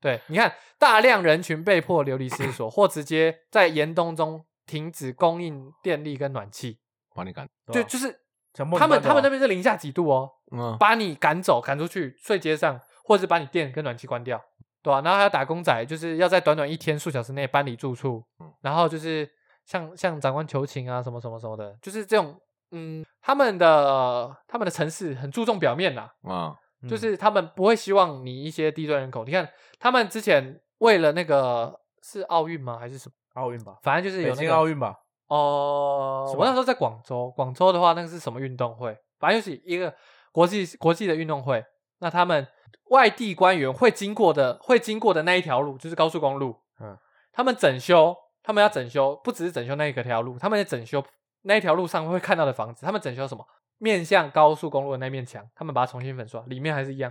[SPEAKER 1] 对，你看大量人群被迫流离失所，或直接在严冬中停止供应电力跟暖气。
[SPEAKER 2] 把你赶，
[SPEAKER 1] 对，
[SPEAKER 3] 对吧
[SPEAKER 1] 就是
[SPEAKER 3] 想
[SPEAKER 1] 哦他们他们那
[SPEAKER 3] 边
[SPEAKER 1] 边是零下几度哦，
[SPEAKER 2] 嗯，
[SPEAKER 1] 把你赶走，赶出去睡街上，或者是把你电跟暖气关掉，对吧、然后还有打工仔，就是要在短短一天数小时内搬离住处
[SPEAKER 2] 嗯，
[SPEAKER 1] 然后就是向向长官求情啊，什么什么什么的，就是这种，嗯，他们的他们的城市很注重表面啦，
[SPEAKER 2] 啊，
[SPEAKER 1] 就
[SPEAKER 3] 嗯
[SPEAKER 1] 是他们不会希望你一些低端人口，你看他们之前为了那个是奥运吗还是什么，
[SPEAKER 3] 奥运吧，
[SPEAKER 1] 反正就是有
[SPEAKER 3] 北
[SPEAKER 1] 那
[SPEAKER 3] 京
[SPEAKER 1] 个
[SPEAKER 3] 奥运吧，
[SPEAKER 1] 哦，
[SPEAKER 3] 是
[SPEAKER 1] 我那
[SPEAKER 3] 吧
[SPEAKER 1] 时候在广州，广州的话，那个是什么运动会？反正就是一个国际国际的运动会。那他们外地官员会经过的会经过的那一条路就是高速公路，嗯
[SPEAKER 2] 嗯，
[SPEAKER 1] 他们整修，他们要整修，不只是整修那一个条路，他们也整修那一条路上会看到的房子，他们整修什么？面向高速公路的那面墙，他们把它重新粉刷，里面还是一样，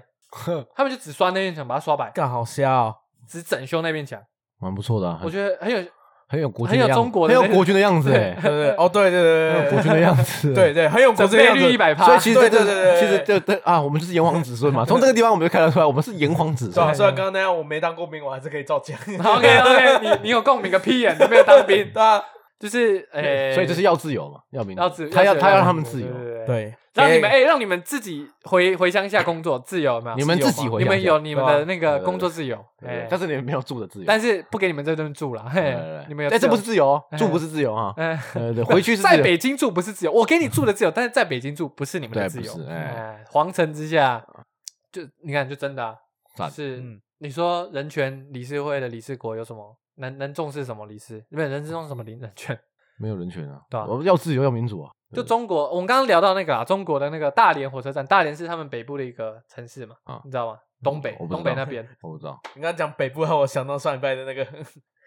[SPEAKER 1] 他们就只刷那面墙，把它刷白，
[SPEAKER 3] 干好笑哦，
[SPEAKER 1] 只整修那面墙。
[SPEAKER 2] 蛮不错的、啊，
[SPEAKER 1] 我觉得很有
[SPEAKER 2] 很有国
[SPEAKER 1] 很
[SPEAKER 2] 军的
[SPEAKER 1] 有
[SPEAKER 2] 样子，
[SPEAKER 1] 中国的
[SPEAKER 2] 很
[SPEAKER 1] 那
[SPEAKER 2] 有
[SPEAKER 1] 个
[SPEAKER 2] 国军的样子、
[SPEAKER 3] 对
[SPEAKER 2] 欸，
[SPEAKER 3] 不对？哦，对对
[SPEAKER 2] 很
[SPEAKER 3] 对
[SPEAKER 2] 有国军的样
[SPEAKER 1] *laughs*
[SPEAKER 2] 子，哎
[SPEAKER 3] 对对对，很有国
[SPEAKER 1] 准
[SPEAKER 3] 军的
[SPEAKER 1] 备
[SPEAKER 3] 样
[SPEAKER 1] 率一
[SPEAKER 3] 子。
[SPEAKER 1] 百趴，
[SPEAKER 2] 所以其实
[SPEAKER 3] 对
[SPEAKER 2] 这
[SPEAKER 3] 对对
[SPEAKER 2] 个
[SPEAKER 3] 对
[SPEAKER 2] 其实这这啊，我们就是炎黄子孙嘛，从这个地方我们就看得出来，我们是炎黄子
[SPEAKER 3] 对啊，
[SPEAKER 2] 孙。
[SPEAKER 3] 虽然刚刚那样我没当过兵，我还是可以照讲。
[SPEAKER 1] OK OK，你你有共鸣个屁呀！你没有当兵，
[SPEAKER 3] *laughs* 对啊，
[SPEAKER 1] 就是诶，
[SPEAKER 2] 所以就是要自由嘛，要民主
[SPEAKER 1] 要自，
[SPEAKER 2] 他要他要让他们
[SPEAKER 1] 自
[SPEAKER 2] 自
[SPEAKER 1] 由
[SPEAKER 2] 由，
[SPEAKER 1] 对，对对
[SPEAKER 3] 对，
[SPEAKER 1] 让你们哎，让你们自己回回乡下工作自由有没有？
[SPEAKER 2] 你们
[SPEAKER 1] 自由吗
[SPEAKER 2] 自己回
[SPEAKER 1] 你
[SPEAKER 2] 乡下
[SPEAKER 1] 们有你们的那个
[SPEAKER 2] 对对对
[SPEAKER 1] 工作自由，
[SPEAKER 2] 对对
[SPEAKER 1] 哎
[SPEAKER 2] 但是你们没有住的自由。
[SPEAKER 1] 但是不给你们在这边住了，
[SPEAKER 2] 对
[SPEAKER 1] 嘿
[SPEAKER 2] 对对，
[SPEAKER 1] 你们有
[SPEAKER 2] 但
[SPEAKER 1] 自
[SPEAKER 2] 这
[SPEAKER 1] 由
[SPEAKER 2] 不是自由哦，
[SPEAKER 1] 哎
[SPEAKER 2] 住不是自由
[SPEAKER 1] *laughs*
[SPEAKER 2] 啊。
[SPEAKER 1] 嗯。
[SPEAKER 2] 对对， *laughs* 回去是自
[SPEAKER 1] *laughs* 在
[SPEAKER 2] 由。
[SPEAKER 1] 北京住不是自由，我给你住的自由，但是在北京住不是你们的
[SPEAKER 2] 对
[SPEAKER 1] 自由
[SPEAKER 2] 不。是哎嗯
[SPEAKER 1] 哎，皇城之下，就你看，就真的啊
[SPEAKER 2] 赞
[SPEAKER 1] 是
[SPEAKER 3] 嗯
[SPEAKER 1] 你说人权理事会的理事国有什么能能重视什么理事？没有人重视什么人人权？
[SPEAKER 2] 没有人权啊，
[SPEAKER 1] 对啊
[SPEAKER 2] 我们要自由要民主啊。
[SPEAKER 1] 就中国，我们刚刚聊到那个啊，中国的那个大连火车站，大连是他们北部的一个城市嘛，
[SPEAKER 3] 嗯
[SPEAKER 2] 啊
[SPEAKER 1] 你知道吗？东北，
[SPEAKER 2] 我不知道
[SPEAKER 1] 东北那
[SPEAKER 3] *laughs*
[SPEAKER 1] 边，
[SPEAKER 2] 我不知道，
[SPEAKER 3] 你刚刚讲北部，让我想到上礼拜的那个，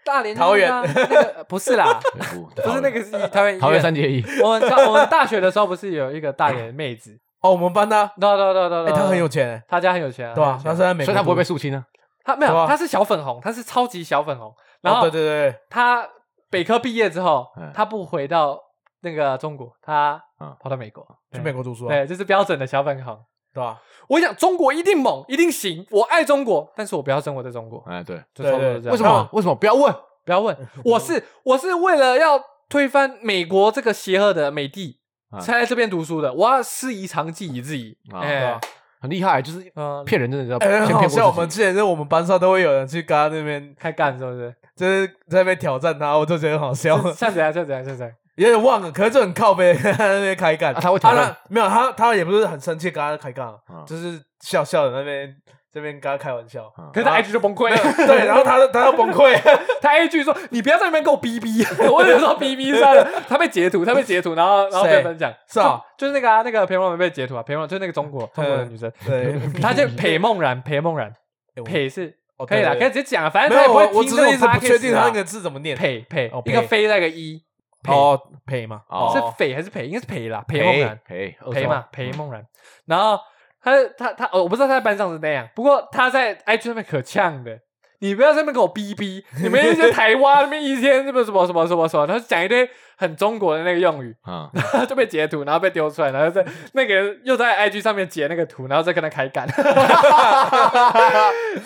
[SPEAKER 1] 大连
[SPEAKER 3] 桃园
[SPEAKER 1] 就是那个那个不是 *laughs* 啦，
[SPEAKER 2] 北部
[SPEAKER 1] 不是那个是桃
[SPEAKER 3] *laughs*
[SPEAKER 1] 园医院
[SPEAKER 2] 桃园三。结义，
[SPEAKER 1] 我们大我们大学的时候不是有一个大连妹子？
[SPEAKER 3] 哦，我们班的啊，
[SPEAKER 1] 对对对对
[SPEAKER 3] *laughs* 哎，
[SPEAKER 1] 对，
[SPEAKER 3] 他很有，钱欸，
[SPEAKER 1] 他家很有钱啊，
[SPEAKER 3] 对吧？他是在美
[SPEAKER 2] 所以
[SPEAKER 3] 国读，哦
[SPEAKER 2] 他不会被肃清啊。
[SPEAKER 1] 他没有
[SPEAKER 3] 对，啊
[SPEAKER 1] 他是小粉红，他是超级小粉红。然
[SPEAKER 3] 哦
[SPEAKER 1] 后
[SPEAKER 3] 对对对，
[SPEAKER 1] 他北科毕业之后
[SPEAKER 2] 嗯，
[SPEAKER 1] 他不回到那个中国，他
[SPEAKER 2] 嗯
[SPEAKER 1] 跑到美国，
[SPEAKER 3] 去
[SPEAKER 1] 对
[SPEAKER 3] 美国读书啊，
[SPEAKER 1] 对，就是标准的小粉红。
[SPEAKER 3] 对啊吧？
[SPEAKER 1] 我想中国一定猛，一定行，我爱中国，但是我不要生活在中国，
[SPEAKER 2] 哎，对，
[SPEAKER 1] 就差不多
[SPEAKER 3] 对对
[SPEAKER 1] 是这样。
[SPEAKER 2] 为什么？为什么？不要问，
[SPEAKER 1] 不要问，我是我是为了要推翻美国这个邪恶的美帝，
[SPEAKER 2] 啊
[SPEAKER 1] 才来这边读书的。我要师夷长技以制夷，
[SPEAKER 2] 啊
[SPEAKER 1] 哎、
[SPEAKER 2] 对啊很厉害，就是
[SPEAKER 1] 嗯，
[SPEAKER 2] 骗人，真的要
[SPEAKER 3] 哎，
[SPEAKER 2] 先
[SPEAKER 3] 很
[SPEAKER 2] 骗
[SPEAKER 3] 好
[SPEAKER 2] 过自己
[SPEAKER 3] 笑，我们之前在我们班上都会有人去跟他那边，
[SPEAKER 1] 开干是不是？
[SPEAKER 3] 就是在那边挑战他，我就觉得很好笑，
[SPEAKER 1] 像怎样？像怎样？像怎样？
[SPEAKER 3] *laughs* 有点忘了，可是就很靠背 *laughs* 在那边开干
[SPEAKER 2] 啊，。他会挑
[SPEAKER 3] 那
[SPEAKER 2] 战，
[SPEAKER 3] 没有他，他也不是很生气，跟他开杠
[SPEAKER 2] 嗯，
[SPEAKER 3] 就是笑笑的那边这边跟他开玩笑，
[SPEAKER 2] 嗯
[SPEAKER 1] 可是他 IG 就崩溃了，
[SPEAKER 3] *laughs*
[SPEAKER 1] *laughs*
[SPEAKER 3] 对，然后他他要崩溃，
[SPEAKER 1] 他 IG 说：“你不要在那边跟我逼逼。” *laughs* 我就说：“逼逼算了。”他被截图，他被截图，然后然后被
[SPEAKER 3] 谁
[SPEAKER 1] 分享，
[SPEAKER 3] 是啊
[SPEAKER 1] 就就是那个啊，那个裴梦被截图啊，裴梦就是那个中国中国的女生，
[SPEAKER 3] *laughs*
[SPEAKER 1] *laughs*
[SPEAKER 3] 对，哎
[SPEAKER 1] 她叫裴梦然，裴梦然，
[SPEAKER 3] 哎我
[SPEAKER 1] 裴是
[SPEAKER 3] 哦
[SPEAKER 1] 可以啦，
[SPEAKER 3] 对
[SPEAKER 1] 可以直
[SPEAKER 3] 对
[SPEAKER 1] 接讲啊，反
[SPEAKER 3] 没
[SPEAKER 1] 正他也
[SPEAKER 3] 有
[SPEAKER 1] 不
[SPEAKER 3] 我
[SPEAKER 1] 会，
[SPEAKER 3] 我
[SPEAKER 1] 听
[SPEAKER 3] 只
[SPEAKER 1] 这
[SPEAKER 3] 是
[SPEAKER 1] 种
[SPEAKER 3] 一直不
[SPEAKER 1] podcast
[SPEAKER 3] 确定
[SPEAKER 1] 啊
[SPEAKER 3] 他那个字怎么念，
[SPEAKER 1] 裴裴
[SPEAKER 3] 哦，
[SPEAKER 1] 一个
[SPEAKER 3] 裴
[SPEAKER 1] 飞在一个一，裴
[SPEAKER 3] 哦，赔嘛，
[SPEAKER 2] 哦
[SPEAKER 1] 是匪还是裴？应该是裴啦，裴梦
[SPEAKER 2] 赔
[SPEAKER 1] 然，
[SPEAKER 2] 赔
[SPEAKER 1] 裴嘛，
[SPEAKER 3] 嗯
[SPEAKER 1] 裴梦然。然后他他他，哦我不知道他在班上是那样，不过他在 IG 上面可呛的。你不要在那边给我逼逼，你们一些台湾那边一天什么什么什么什么什么，他就讲一堆很中国的那个用语，
[SPEAKER 2] 啊，
[SPEAKER 1] 然后就被截图，然后被丢出来，然后
[SPEAKER 3] *laughs*
[SPEAKER 1] 在那个人又在 IG 上面截那个图，然后再跟他开
[SPEAKER 3] *laughs*
[SPEAKER 1] 干。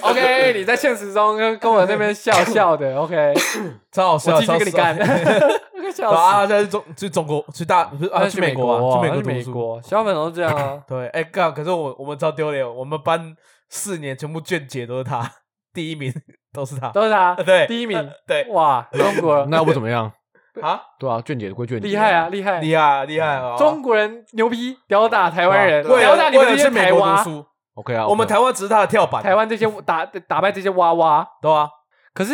[SPEAKER 1] OK，你在现实中跟跟我那边笑笑的，OK，
[SPEAKER 3] 超 *laughs* 好笑，
[SPEAKER 1] 我继续
[SPEAKER 3] 超
[SPEAKER 1] 跟你
[SPEAKER 3] 爽
[SPEAKER 1] 干，*laughs*
[SPEAKER 3] 对
[SPEAKER 1] 笑死。
[SPEAKER 3] 啊，现在去中去中国去大不是啊
[SPEAKER 1] 那
[SPEAKER 3] 去美国啊
[SPEAKER 1] 啊那去
[SPEAKER 3] 去美国读
[SPEAKER 1] 美
[SPEAKER 3] 书，。
[SPEAKER 1] 国，小粉红这样啊
[SPEAKER 3] 对，哎干，可是我我们超丢脸，我们班四年全部卷姐都是他，第一名都是他，
[SPEAKER 1] 都是他，
[SPEAKER 3] *laughs* 对
[SPEAKER 1] 第一名，
[SPEAKER 3] 对 *laughs*
[SPEAKER 1] 哇，中国
[SPEAKER 2] 那又不怎么样，
[SPEAKER 3] 啊，
[SPEAKER 2] 对啊，卷姐归卷姐，
[SPEAKER 1] 厉害啊，，厉害，
[SPEAKER 3] 厉害厉害啊，
[SPEAKER 1] 中国人牛逼，吊打台湾人，
[SPEAKER 3] 为
[SPEAKER 1] 吊打
[SPEAKER 3] 了
[SPEAKER 1] 你
[SPEAKER 3] 为
[SPEAKER 1] 们
[SPEAKER 3] 了
[SPEAKER 1] 这些
[SPEAKER 3] 去美
[SPEAKER 1] 台
[SPEAKER 3] 国读
[SPEAKER 1] 娃，
[SPEAKER 3] 书，
[SPEAKER 2] OK 啊，
[SPEAKER 3] 我们
[SPEAKER 2] OK
[SPEAKER 3] 台湾只是他的跳板，
[SPEAKER 1] 台湾这些打打败这些娃娃。
[SPEAKER 3] 对啊，
[SPEAKER 1] 可是，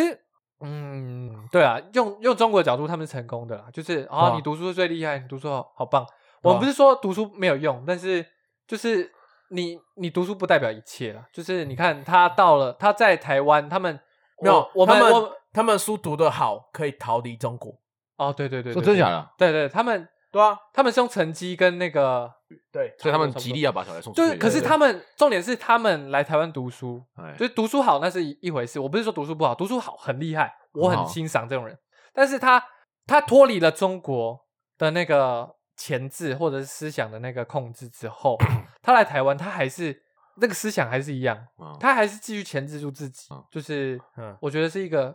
[SPEAKER 1] 嗯，对啊，用用中国的角度，他们是成功的啦，就是
[SPEAKER 3] 对
[SPEAKER 1] 啊，
[SPEAKER 3] 啊
[SPEAKER 1] 你读书是最厉害，你读书好好棒。
[SPEAKER 3] 对
[SPEAKER 1] 我
[SPEAKER 3] 啊
[SPEAKER 1] 们不是说读书没有用，但是就是你你读书不代表一切啦，就是你看他到了，他在台湾，他们
[SPEAKER 3] 没有
[SPEAKER 1] 我我们
[SPEAKER 3] 他们
[SPEAKER 1] 我
[SPEAKER 3] 他们书读得好，可以逃离中国，
[SPEAKER 1] 哦，对对对，
[SPEAKER 2] 说
[SPEAKER 1] 对
[SPEAKER 2] 真的
[SPEAKER 1] 对
[SPEAKER 2] 假的？
[SPEAKER 1] 对对，他们
[SPEAKER 3] 对啊，
[SPEAKER 1] 他们是用成绩跟那个，
[SPEAKER 3] 对，
[SPEAKER 2] 所以他们极力要把小孩送出
[SPEAKER 1] 就
[SPEAKER 2] 去。
[SPEAKER 1] 是可是他们重点是他们来台湾读书，
[SPEAKER 2] 哎
[SPEAKER 1] 就是读书好那是一一回事，我不是说读书不好，读书好很厉害，我
[SPEAKER 2] 很
[SPEAKER 1] 很
[SPEAKER 2] 好
[SPEAKER 1] 欣赏这种人，但是他他脱离了中国的那个前置或者是思想的那个控制之后，他来台湾他还是那个思想还是一样，
[SPEAKER 2] 啊
[SPEAKER 1] 他还是继续钳制住自己
[SPEAKER 2] 嗯，
[SPEAKER 1] 就是
[SPEAKER 3] 嗯，
[SPEAKER 1] 我觉得是一个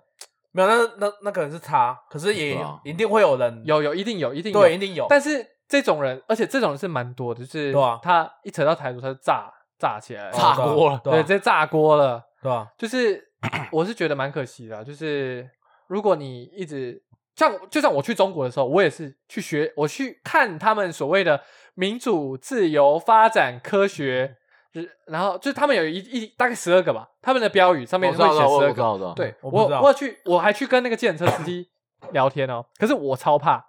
[SPEAKER 3] 没有那那那可能是他，可是也
[SPEAKER 2] 对啊
[SPEAKER 3] 一定会有人
[SPEAKER 1] 有有一定有一定有
[SPEAKER 3] 对，一定有，
[SPEAKER 1] 但是这种人，而且这种人是蛮多的，就是
[SPEAKER 3] 对啊
[SPEAKER 1] 他一扯到台独，他就炸炸起来了，
[SPEAKER 2] 炸锅了
[SPEAKER 3] 对啊
[SPEAKER 1] 对，直接炸锅了。
[SPEAKER 3] 对啊吧？
[SPEAKER 1] 就是
[SPEAKER 2] *clears throat*
[SPEAKER 1] 我是觉得蛮可惜的啊，就是如果你一直像就像我去中国的时候，我也是去学，我去看他们所谓的民主、自由、发展、科学。
[SPEAKER 2] 嗯
[SPEAKER 1] 日然后就是他们有一一大概十二个吧，他们的标语上面
[SPEAKER 2] 我
[SPEAKER 1] 会
[SPEAKER 2] 知道，
[SPEAKER 1] 写
[SPEAKER 2] 我
[SPEAKER 1] 十二
[SPEAKER 2] 知
[SPEAKER 1] 个。
[SPEAKER 2] 道，我知道，
[SPEAKER 1] 对
[SPEAKER 3] 我
[SPEAKER 1] 我，
[SPEAKER 3] 不知道
[SPEAKER 1] 我有去，我还去跟那个计程车司
[SPEAKER 2] *laughs*
[SPEAKER 1] 机聊天哦。可是我超怕，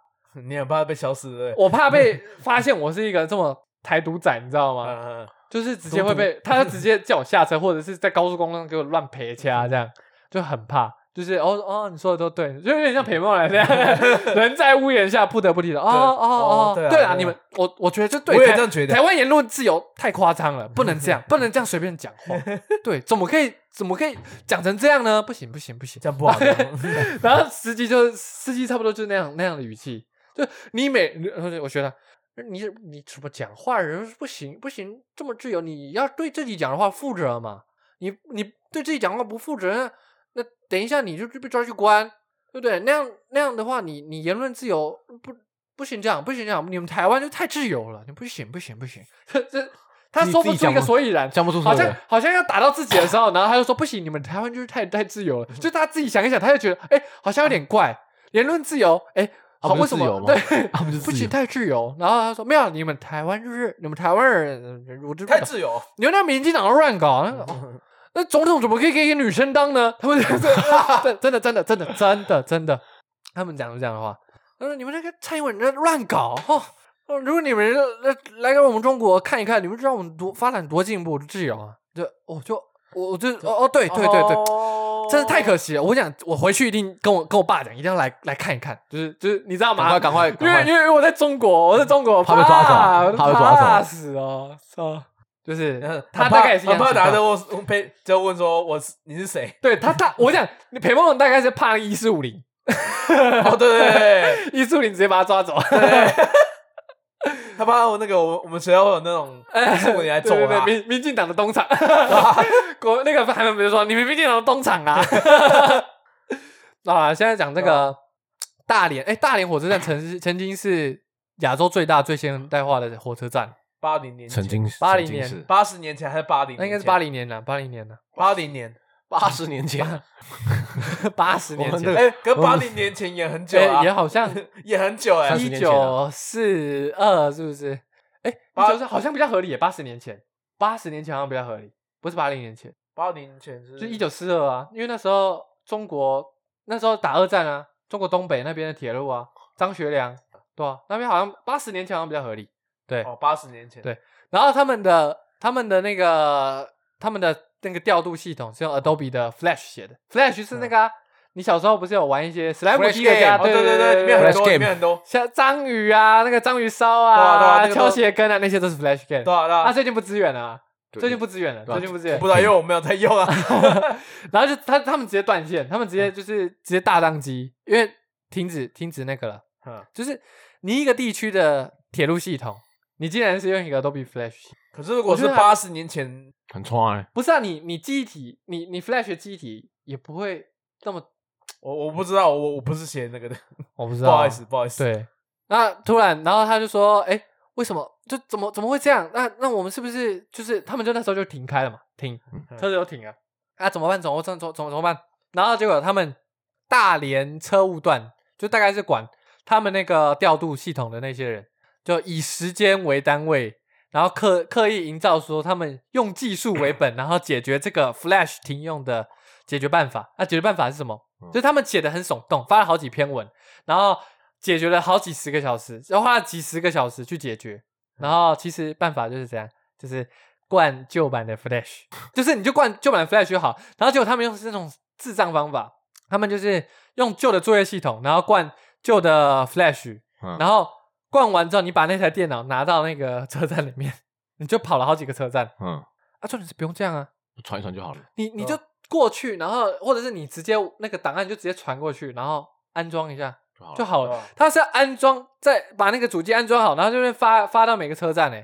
[SPEAKER 3] 你很怕被消失，对不对？
[SPEAKER 1] 我怕被发现我是一个这么台独仔，你知道吗？
[SPEAKER 3] 嗯嗯，
[SPEAKER 1] 就是直接会被，他就直接叫我下车，或者是在高速公路上给我乱陪
[SPEAKER 3] 嗯
[SPEAKER 1] 掐，这样就很怕。就是哦哦，你说的都对，就有点
[SPEAKER 3] 嗯
[SPEAKER 1] 像陪梦兰这样，
[SPEAKER 3] *laughs*
[SPEAKER 1] 人在屋檐下不得不低头。哦哦
[SPEAKER 3] 哦
[SPEAKER 1] 哦，
[SPEAKER 3] 对啊
[SPEAKER 1] 对
[SPEAKER 3] 对啊
[SPEAKER 1] 啊，你们我我觉得这对，
[SPEAKER 3] 我也
[SPEAKER 1] 台
[SPEAKER 3] 这样觉得
[SPEAKER 1] 台湾言论自由太夸张了，不能这
[SPEAKER 3] *laughs*
[SPEAKER 1] 样，不能这样随便讲话。对，怎么可以怎么可以讲成这样呢？不行不行不行！
[SPEAKER 3] 这样不好的。
[SPEAKER 1] *laughs* 然后司机就司机差不多就是那样那样的语气，就你每我觉得你你怎么讲话人不行不行，这么自由，你要对自己讲的话负责嘛，你你对自己讲话不负责任，那等一下你就被抓去关，对不对？那样那样的话，你你言论自由不不行这样不行这样，你们台湾就太自由了，你不行不行不 *laughs* 行，这这他
[SPEAKER 2] 你
[SPEAKER 1] 说
[SPEAKER 2] 自
[SPEAKER 1] 不
[SPEAKER 2] 己
[SPEAKER 1] 出一
[SPEAKER 2] 讲
[SPEAKER 1] 个
[SPEAKER 2] 吗
[SPEAKER 1] 所以然，
[SPEAKER 2] 讲不出什
[SPEAKER 1] 好像
[SPEAKER 2] 么。
[SPEAKER 1] 好像要打到自己的时候，然后他就说不行，你们台湾就是太太自由了。
[SPEAKER 2] *laughs*
[SPEAKER 1] 就他自己想一想，他就觉得哎、好像有点怪，言论自由，哎、
[SPEAKER 2] 啊
[SPEAKER 1] 好
[SPEAKER 2] 不
[SPEAKER 1] 为什
[SPEAKER 2] 是自
[SPEAKER 1] 么
[SPEAKER 2] 由吗 *laughs*
[SPEAKER 1] 对？
[SPEAKER 2] 啊不是
[SPEAKER 1] 不
[SPEAKER 2] 自由
[SPEAKER 1] 行，太自由。然后他说没有，你们台湾就是你们台湾人，嗯我就不
[SPEAKER 3] 太
[SPEAKER 1] 懂
[SPEAKER 3] 自由，
[SPEAKER 1] 你们那民进党乱搞，那个
[SPEAKER 3] 嗯
[SPEAKER 1] 哦那总统怎么可以给一个女生当呢？他们就是真真的真的真的真的真的，他们讲出这样的话，他说你们那个蔡英文在乱搞哦。哦如果你们来来给我们中国看一看，你们知道我们多发展多进步，自由啊！就我就我我就哦哦，对对对对，
[SPEAKER 3] 对
[SPEAKER 1] 真的太可惜了。我想我回去一定跟我跟我爸讲，一定要来来看一看，就是就是你知道吗？
[SPEAKER 2] 赶快赶快
[SPEAKER 1] 因
[SPEAKER 2] 赶
[SPEAKER 1] 为
[SPEAKER 2] 快
[SPEAKER 1] 因为我在中国，我在中国
[SPEAKER 2] 怕被抓走
[SPEAKER 1] 怕
[SPEAKER 2] 怕被抓走
[SPEAKER 1] 怕死哦，操！就是他
[SPEAKER 3] 很
[SPEAKER 1] 大
[SPEAKER 3] 怕
[SPEAKER 1] 概也是一
[SPEAKER 3] 很
[SPEAKER 1] 样的啊
[SPEAKER 3] 怕
[SPEAKER 1] 情
[SPEAKER 3] 打
[SPEAKER 1] 况
[SPEAKER 3] 的我被就问说我是你是谁？ *laughs*
[SPEAKER 1] 对他他，我想你裴梦龙大概是怕一四五零，
[SPEAKER 3] 哦，对对对
[SPEAKER 1] 一四五零直接把他抓走， *laughs*
[SPEAKER 3] 对，他怕我那个我我们学校会有那种中国人来揍啊
[SPEAKER 1] 对对对
[SPEAKER 3] 他，
[SPEAKER 1] 民民进党的东厂， *laughs* 国那个韩文不是说你们民进党的东厂啊？ *laughs* 啊，现在讲这个大连，哎，大连火车站曾是曾经是亚洲最大、最现代化的火车站，
[SPEAKER 3] 八零年前
[SPEAKER 2] 曾经是
[SPEAKER 1] 80
[SPEAKER 2] 曾经是
[SPEAKER 3] 八十年前还是八零，
[SPEAKER 1] 那应该是八零年了，八零年
[SPEAKER 3] *laughs*
[SPEAKER 1] 了，
[SPEAKER 3] 八零年，
[SPEAKER 2] 八十年前，
[SPEAKER 1] 八十年
[SPEAKER 2] 我们
[SPEAKER 1] 前
[SPEAKER 2] 那，
[SPEAKER 3] 哎，可八零年前也很久
[SPEAKER 1] 哦哎
[SPEAKER 3] 啊
[SPEAKER 1] 也，好像
[SPEAKER 3] *laughs* 也很久哎
[SPEAKER 2] 三，十
[SPEAKER 1] 一
[SPEAKER 2] 年前啊
[SPEAKER 1] 九四二是不是？哎，
[SPEAKER 3] 八
[SPEAKER 1] 就是好像比较合理耶，八十年前，八十年前好像比较合理，不是八零年前，
[SPEAKER 3] 八零年前是
[SPEAKER 1] 就一九四二啊，因为那时候中国那时候打二战啊，中国东北那边的铁路啊，张学良对啊，那边好像八十年前好像比较合理，对，
[SPEAKER 3] 哦八十年前，
[SPEAKER 1] 对然后他们的他们的那个他们的那个调度系统是用 Adobe 的 Flash 写的，Flash 是那个啊，你小时候不是有玩一些史莱姆
[SPEAKER 2] Flash
[SPEAKER 1] 机的家，
[SPEAKER 3] 哦对对
[SPEAKER 1] 啊对
[SPEAKER 3] 对，里面很
[SPEAKER 2] Flash
[SPEAKER 3] 多，
[SPEAKER 2] game
[SPEAKER 3] 里面很多，
[SPEAKER 1] 像章鱼啊，那个章鱼烧
[SPEAKER 3] 对啊对啊
[SPEAKER 1] 啊，
[SPEAKER 3] 那个都
[SPEAKER 1] 敲鞋跟啊，那些都是 Flash game。
[SPEAKER 3] 对啊对
[SPEAKER 1] 啊，
[SPEAKER 3] 啊，
[SPEAKER 1] 最近不支援了啊，
[SPEAKER 2] *laughs* 对
[SPEAKER 1] 最近不支援了，
[SPEAKER 2] 对啊
[SPEAKER 1] 最近不支援
[SPEAKER 3] 不。知道，因为我没有在用啊，
[SPEAKER 1] *laughs* 然后就他他们直接断线，他们直
[SPEAKER 3] 嗯
[SPEAKER 1] 接就是直接大宕机，因为停止停止那个了。
[SPEAKER 3] 嗯
[SPEAKER 1] 就是你一个地区的铁路系统，你竟然是用一个 Adobe Flash，
[SPEAKER 3] 可是如果
[SPEAKER 1] 我
[SPEAKER 3] 是
[SPEAKER 1] 觉得还
[SPEAKER 3] 八十年前，
[SPEAKER 2] 很冲啊！
[SPEAKER 1] 不是啊？你你记忆体，你你 Flash 的记忆体也不会这么，
[SPEAKER 3] 我我不知道，我我不是写那个的，
[SPEAKER 1] 我不知
[SPEAKER 3] 不
[SPEAKER 1] 道啊，
[SPEAKER 3] 好意思不好意思，
[SPEAKER 1] 对，那突然，然后他就说：“哎，为什么？就怎么怎么会这样？那那我们是不是就是他们就那时候就停开了嘛？停
[SPEAKER 2] 嗯，
[SPEAKER 1] 车子就停了。啊，怎么办？怎么怎怎怎么怎么办？然后结果他们大连车务段就大概是管他们那个调度系统的那些人，就以时间为单位，然后刻刻意营造说他们用技术为本，然后解决这个 Flash 停用的解决办法。那、解决办法是什么？
[SPEAKER 2] 嗯
[SPEAKER 1] 就是他们写的很耸动，发了好几篇文，然后解决了好几十个小时，然后花了几十个小时去解决。然后其实办法就是这样，就是灌旧版的 Flash，就是你就灌旧版的 Flash 就好。然后结果他们用是那种智障方法，他们就是用旧的作业系统，然后灌旧的 Flash，
[SPEAKER 2] 嗯
[SPEAKER 1] 然后灌完之后，你把那台电脑拿到那个 *laughs* 车站里面，你就跑了好几个车站。
[SPEAKER 2] 嗯，
[SPEAKER 1] 啊，重点是不用这样啊，
[SPEAKER 2] *laughs* 传一传就好了。
[SPEAKER 1] 你你
[SPEAKER 3] 对啊
[SPEAKER 1] 就过去，然后或者是你直接那个档案就直接传过去，然后安装一下就好了。
[SPEAKER 3] 对啊
[SPEAKER 1] 它是安装在把那个主机安装好，然后就会发发到每个车站呢。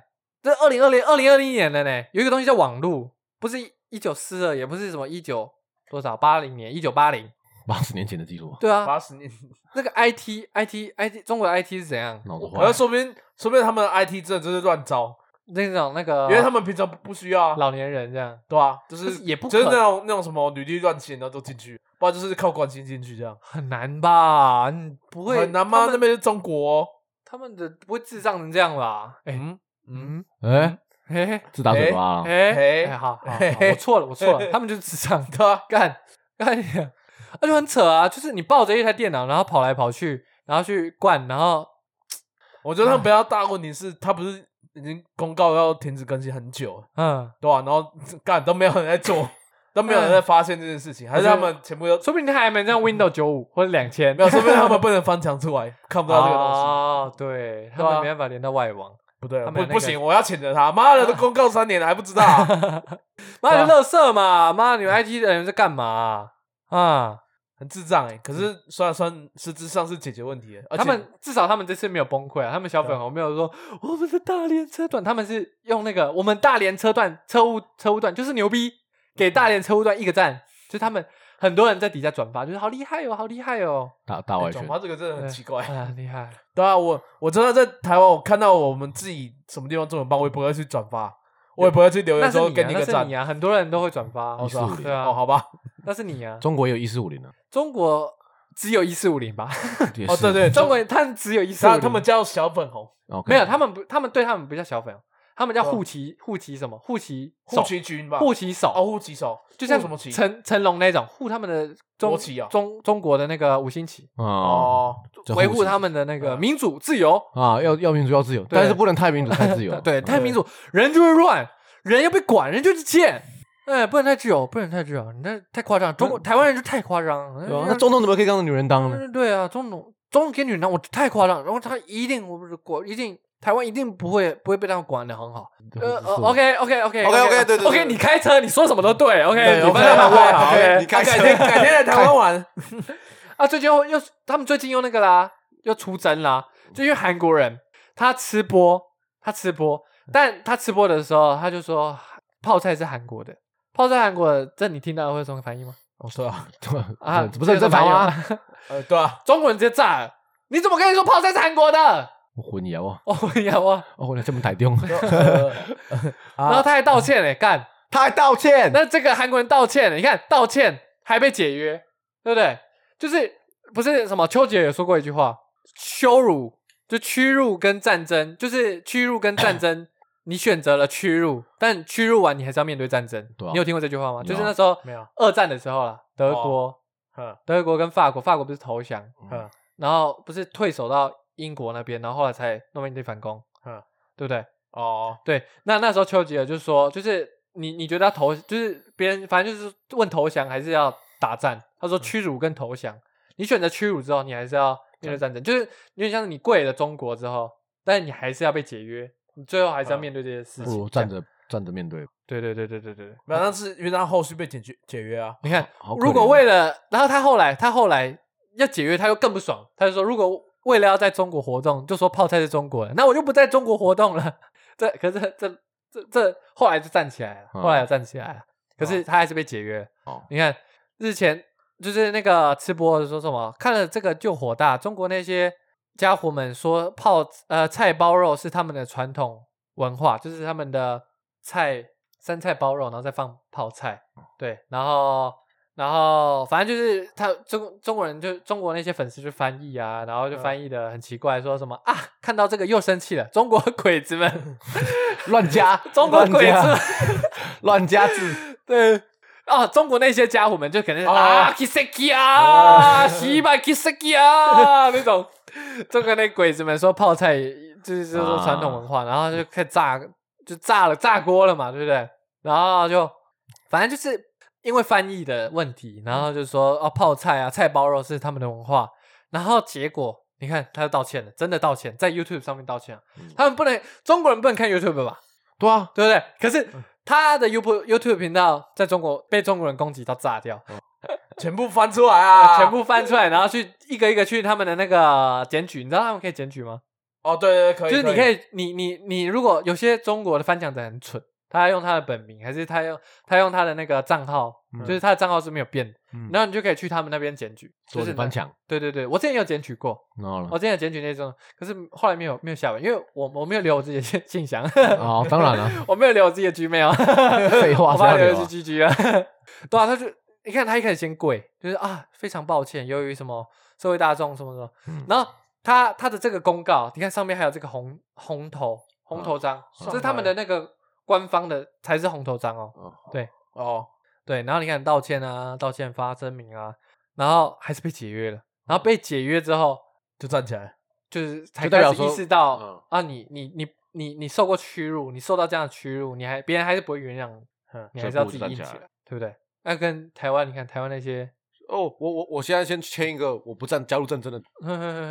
[SPEAKER 1] 这二零二零二零二零年的呢，有一个东西叫网路，不是一九四二，也不是什么一九多少八零年一九八零，
[SPEAKER 2] 八十年前的记录，
[SPEAKER 1] 对啊，
[SPEAKER 3] 八十年，
[SPEAKER 1] 那个 IT IT IT 中国的 IT 是怎样？
[SPEAKER 2] 脑子坏
[SPEAKER 3] *laughs* 我要
[SPEAKER 2] 了。
[SPEAKER 3] 说不定说不定他们的 IT 真的就是乱招，
[SPEAKER 1] 那种那个，
[SPEAKER 3] 因为他们平常不不需要啊，
[SPEAKER 1] 啊老年人这样，
[SPEAKER 3] 对啊，就
[SPEAKER 1] 可
[SPEAKER 3] 是
[SPEAKER 1] 是也不
[SPEAKER 3] 就是
[SPEAKER 1] 可
[SPEAKER 3] 那种那种什么履历乱写，然后都进去，不然就是靠关心进去这样，
[SPEAKER 1] 很难吧？你不会
[SPEAKER 3] 很难吗？
[SPEAKER 1] 他
[SPEAKER 3] 那
[SPEAKER 1] 们
[SPEAKER 3] 边是中国哦，
[SPEAKER 1] 他们的不会智障成这样吧？哎、
[SPEAKER 3] 嗯嗯，
[SPEAKER 1] 嗯，
[SPEAKER 2] 哎，
[SPEAKER 1] 嘿嘿
[SPEAKER 2] 自打嘴巴啊，
[SPEAKER 1] 哎
[SPEAKER 3] 嘿
[SPEAKER 1] 哎，好，好好
[SPEAKER 3] 嘿嘿
[SPEAKER 1] 我错了，我错了，他们就是智障，
[SPEAKER 3] *laughs* 对啊，
[SPEAKER 1] 干干你啊，那就很扯啊！就是你抱着一台电脑，然后跑来跑去，然后去灌，然后
[SPEAKER 3] 我觉得他们比较大的问题是，他不是已经公告要停止更新很久了，
[SPEAKER 1] 嗯，
[SPEAKER 3] 对啊吧、然后干都没有人
[SPEAKER 1] *laughs*
[SPEAKER 3] 在做，都没有人在发现这件事情，还是他
[SPEAKER 1] 嗯
[SPEAKER 3] 们全部都 *laughs*
[SPEAKER 1] 说不定他还没像 Windows 九五或者两千，
[SPEAKER 3] 没
[SPEAKER 1] *laughs*
[SPEAKER 3] 有，说不定他们不能翻墙出来，看不到这个东西。
[SPEAKER 1] 哦，对他
[SPEAKER 3] 对啊
[SPEAKER 1] 们没办法连到外网，
[SPEAKER 3] 不对，
[SPEAKER 1] 他们
[SPEAKER 3] 不
[SPEAKER 1] 有那个
[SPEAKER 3] 不行，我要谴责他。妈
[SPEAKER 1] *laughs*
[SPEAKER 3] 的，都公告三年了还不知道啊，
[SPEAKER 1] 妈的，乐色嘛，妈，
[SPEAKER 3] *laughs*
[SPEAKER 1] 你们 IT 的人在干嘛啊啊？
[SPEAKER 3] 很智障哎。可是算算实质上是解决问题的，而
[SPEAKER 1] 嗯
[SPEAKER 3] 且
[SPEAKER 1] 他
[SPEAKER 3] 哎
[SPEAKER 1] 们至少他们这次没有崩溃啊，他们小粉红没有说我们的大连车段，他们是用那个我们大连车段车务车务段就是牛逼，给大连车务段一个赞，就是他们很多人在底下转发，就是好厉害哦，好厉害哦，
[SPEAKER 2] 大大
[SPEAKER 3] 哎
[SPEAKER 2] 外
[SPEAKER 3] 转
[SPEAKER 2] 圈，
[SPEAKER 3] 发这个真的很奇怪。
[SPEAKER 1] 啊厉害，
[SPEAKER 3] 对啊，我我真的在台湾，我看到我们自己什么地方做很棒，我也不会去转发，我也不会去留
[SPEAKER 1] 那
[SPEAKER 3] 言
[SPEAKER 1] 是
[SPEAKER 3] 说
[SPEAKER 1] 你
[SPEAKER 3] 给
[SPEAKER 1] 啊，
[SPEAKER 3] 个
[SPEAKER 1] 那是
[SPEAKER 3] 赞
[SPEAKER 1] 你。啊，很多人都会转发，
[SPEAKER 3] 哦，是吧
[SPEAKER 2] 145
[SPEAKER 1] 对啊，
[SPEAKER 3] 哦，好吧。
[SPEAKER 1] 那是你啊，
[SPEAKER 2] 中国也有一四
[SPEAKER 1] *laughs*
[SPEAKER 2] 五零啊，
[SPEAKER 1] 中国只有一四五零吧，
[SPEAKER 2] 也
[SPEAKER 3] 哦，
[SPEAKER 2] 是
[SPEAKER 3] 对对，
[SPEAKER 1] 中国他们只有一四五
[SPEAKER 3] 他
[SPEAKER 1] 零，
[SPEAKER 3] 他们叫小粉红，
[SPEAKER 2] ，OK
[SPEAKER 1] 没有，他们不，他们对他们不叫小粉红，他们叫
[SPEAKER 3] 哦
[SPEAKER 1] 护旗护旗什么护旗
[SPEAKER 3] 护
[SPEAKER 1] 手
[SPEAKER 3] 旗军吧？
[SPEAKER 1] 护旗手
[SPEAKER 3] 哦，护旗手，
[SPEAKER 1] 就像
[SPEAKER 3] 护什么旗？
[SPEAKER 1] 成成龙那种护他们的中
[SPEAKER 3] 国旗啊
[SPEAKER 1] 中中国的那个五星旗，
[SPEAKER 2] 哦
[SPEAKER 3] 哦，
[SPEAKER 2] 这
[SPEAKER 1] 维
[SPEAKER 2] 护
[SPEAKER 1] 护
[SPEAKER 2] 旗
[SPEAKER 1] 他们的那个
[SPEAKER 3] 嗯
[SPEAKER 1] 民主自由，
[SPEAKER 2] 啊，要要民主要自由，
[SPEAKER 1] 对，
[SPEAKER 2] 但是不能太民主太自由
[SPEAKER 1] *laughs*
[SPEAKER 2] 嗯
[SPEAKER 1] 对，太民主，人就会乱，人要被管，人就是贱。哎，不能太自由，不能太自由，你这太夸张。中国台湾人就太夸张了。
[SPEAKER 2] 对吧
[SPEAKER 1] 哎
[SPEAKER 2] 那中东怎么可以当女人当呢？
[SPEAKER 1] 嗯对啊，中总中给女的，我太夸张。然后他一定，我不是国，一定台湾一定不会不会被他们管的很好。呃
[SPEAKER 2] 嗯是
[SPEAKER 1] ，OK OK OK
[SPEAKER 4] OK，OK，对对对
[SPEAKER 1] OK，你开车，你说什么都对。OK，
[SPEAKER 3] 对
[SPEAKER 1] 你
[SPEAKER 3] OK，
[SPEAKER 1] 帮他们问好。
[SPEAKER 4] OK，
[SPEAKER 1] OK
[SPEAKER 4] 你开
[SPEAKER 3] 啊改
[SPEAKER 4] 始
[SPEAKER 3] 天改天来台
[SPEAKER 1] *laughs*
[SPEAKER 3] 湾玩，
[SPEAKER 1] 啊，最近又又他们最近又那个啦，又出征啦，就因为韩国人他吃播，他吃播，
[SPEAKER 2] 嗯
[SPEAKER 1] 但他吃播的时候他就说泡菜是韩国的，泡菜韩国的，这你听到会有什么反应吗？
[SPEAKER 3] 哦，对啊，
[SPEAKER 1] 啊，
[SPEAKER 2] 啊， *laughs* 这不是
[SPEAKER 1] *laughs*
[SPEAKER 2] 很
[SPEAKER 1] 这个
[SPEAKER 2] 正常
[SPEAKER 1] 反
[SPEAKER 2] 吗？
[SPEAKER 1] 应吗？
[SPEAKER 3] 呃，对啊，
[SPEAKER 1] *laughs* 中国人直接炸了，你怎么可以说泡菜是韩国的？
[SPEAKER 2] *laughs*
[SPEAKER 1] *laughs*
[SPEAKER 2] 我混淆啊，
[SPEAKER 1] 哦，有啊，
[SPEAKER 2] 哦，我来这么
[SPEAKER 1] *laughs*
[SPEAKER 2] 台中，
[SPEAKER 3] 呃啊
[SPEAKER 1] 然后他还道歉嘞，干，
[SPEAKER 2] 他还道 *laughs* 歉，
[SPEAKER 1] 那这个韩国人道歉了，你看道歉还被解约，对不对？就是不是什么邱姐也说过一句话，羞辱就屈辱跟战争，就是屈辱跟战争，你选择了屈辱，但屈辱完你还是要面对战争。
[SPEAKER 2] 对啊
[SPEAKER 1] 你有听过这句话吗？
[SPEAKER 2] 有啊哦
[SPEAKER 1] 就是那时候呃
[SPEAKER 3] 没有，
[SPEAKER 1] 二战的时候啦，德国、
[SPEAKER 3] *laughs* 嗯
[SPEAKER 1] 德国跟法国，法国不是投降，呃
[SPEAKER 3] 嗯
[SPEAKER 1] 然后不是退守到英国那边，然后后来才诺曼底反攻，
[SPEAKER 3] 嗯
[SPEAKER 1] 对不对？
[SPEAKER 3] 哦，
[SPEAKER 1] 对，那那时候丘吉尔就说，就是你你觉得要投，就是别人反正就是问投降还是要打战，他说屈辱跟投降，你选择屈辱之后，你还是要面对战争，就是有点像是你跪了中国之后，但你还是要被解约，你最后还是要
[SPEAKER 3] 嗯
[SPEAKER 1] 面对这些事
[SPEAKER 2] 不
[SPEAKER 1] 情。
[SPEAKER 2] 如站着站着面对，
[SPEAKER 1] 对对对对对对，
[SPEAKER 3] 没有，那是因为他后续被解决解约啊，
[SPEAKER 1] 你看
[SPEAKER 2] 好，可
[SPEAKER 1] 如果
[SPEAKER 2] 怜
[SPEAKER 1] 为了，然后他后来他后来要解约，他又更不爽，他就说如果为了要在中国活动，就说泡菜是中国人，那 *laughs* 我就不在中国活动了。 *laughs* 这可是这这这后来就站起来了，
[SPEAKER 2] 嗯
[SPEAKER 1] 后来有站起来了，可是他还是被解约。
[SPEAKER 2] 哦
[SPEAKER 1] 你看日前就是那个吃播的说什么，看了这个就火大，中国那些家伙们说泡呃菜包肉是他们的传统文化，就是他们的菜生菜包肉，然后再放泡菜，对，然后然后反正就是他中中国人就中国那些粉丝就翻译啊，然后就
[SPEAKER 3] 嗯
[SPEAKER 1] 翻译的很奇怪，说什么啊看到这个又生气了，中国 *laughs* 鬼子们，
[SPEAKER 2] 乱 *laughs* 加
[SPEAKER 1] 中国鬼
[SPEAKER 2] 乱
[SPEAKER 1] 子 *laughs*
[SPEAKER 2] 加
[SPEAKER 1] 们。
[SPEAKER 2] 乱加字，
[SPEAKER 1] *laughs* 对啊，中国那些家伙们就可能是
[SPEAKER 3] 哦
[SPEAKER 1] 啊，kiseki 啊，西吧 kiseki 啊那种，中国那鬼子们说泡菜就是就是说传统文化，然后就开始炸，就炸了炸锅了嘛，对不对？然后就反正就是因为翻译的问题，然后就说哦泡菜啊菜包肉是他们的文化，然后结果你看他就道歉了，真的道歉，在 YouTube 上面道歉了，啊他们不能中国人不能看 YouTube 吧？
[SPEAKER 2] 对啊，
[SPEAKER 1] 对不对？可是他的 YouTube YouTube 频道在中国被中国人攻击到炸掉，
[SPEAKER 3] 全部翻出来
[SPEAKER 1] *laughs*
[SPEAKER 3] 啊，
[SPEAKER 1] 全部翻出来，然后去一个一个去他们的那个检举，你知道他们可以检举吗？
[SPEAKER 3] 哦，对对对，可
[SPEAKER 1] 就
[SPEAKER 3] 以，
[SPEAKER 1] 是你
[SPEAKER 3] 可
[SPEAKER 1] 可以，你你你，如果有些中国的翻墙仔很蠢，他用他的本名，还是他用他用他的那个账号，
[SPEAKER 2] 嗯
[SPEAKER 1] 就是他的账号是没有变的，
[SPEAKER 2] 嗯
[SPEAKER 1] 然后你就可以去他们那边检举，就
[SPEAKER 2] 说
[SPEAKER 1] 是
[SPEAKER 2] 你翻。墙，嗯
[SPEAKER 1] 对对对，我之前也有检举过，
[SPEAKER 2] 然后
[SPEAKER 1] 我
[SPEAKER 2] 了，
[SPEAKER 1] 之前有检举那种，可是后来没有没有下文，因为我我没有留我自己的信信箱，
[SPEAKER 2] *laughs* 哦，当
[SPEAKER 1] *laughs*
[SPEAKER 2] 然了，
[SPEAKER 1] 我没有留我自己的 Gmail，
[SPEAKER 2] *laughs* 废话
[SPEAKER 1] 我
[SPEAKER 2] 谁要
[SPEAKER 1] 怕留
[SPEAKER 2] 留
[SPEAKER 1] 的
[SPEAKER 2] 啊
[SPEAKER 1] 是 GG 啊。 *laughs* 对啊，他就你看他一开始先跪，就是啊，非常抱歉，由于什么社会大众什么什么，
[SPEAKER 2] 嗯
[SPEAKER 1] 然后他他的这个公告，你看上面还有这个红红头红头章，
[SPEAKER 2] 嗯
[SPEAKER 1] 这是他们的那个官方的才是红头章哦。
[SPEAKER 3] 以哦，
[SPEAKER 1] 对，然后你看道歉啊，道歉发声明啊，然后还是被解约了，然后被解约之后，
[SPEAKER 3] 就站起来，
[SPEAKER 1] 就是才
[SPEAKER 2] 就代
[SPEAKER 1] 开
[SPEAKER 2] 表
[SPEAKER 1] 始意
[SPEAKER 2] 说
[SPEAKER 1] 识到
[SPEAKER 2] 嗯
[SPEAKER 1] 啊，你你你你你受过屈辱，你受到这样的屈辱，你还别人还是不会原谅你，
[SPEAKER 3] 嗯
[SPEAKER 1] 你
[SPEAKER 2] 所
[SPEAKER 1] 还
[SPEAKER 2] 以
[SPEAKER 1] 是要
[SPEAKER 2] 不如
[SPEAKER 1] 自己
[SPEAKER 2] 就
[SPEAKER 1] 硬
[SPEAKER 2] 站
[SPEAKER 1] 起
[SPEAKER 2] 起来
[SPEAKER 1] 来，对不对？那跟台湾，你看台湾那些，
[SPEAKER 2] 哦，我我我现在先签一个，我不战加入战争的，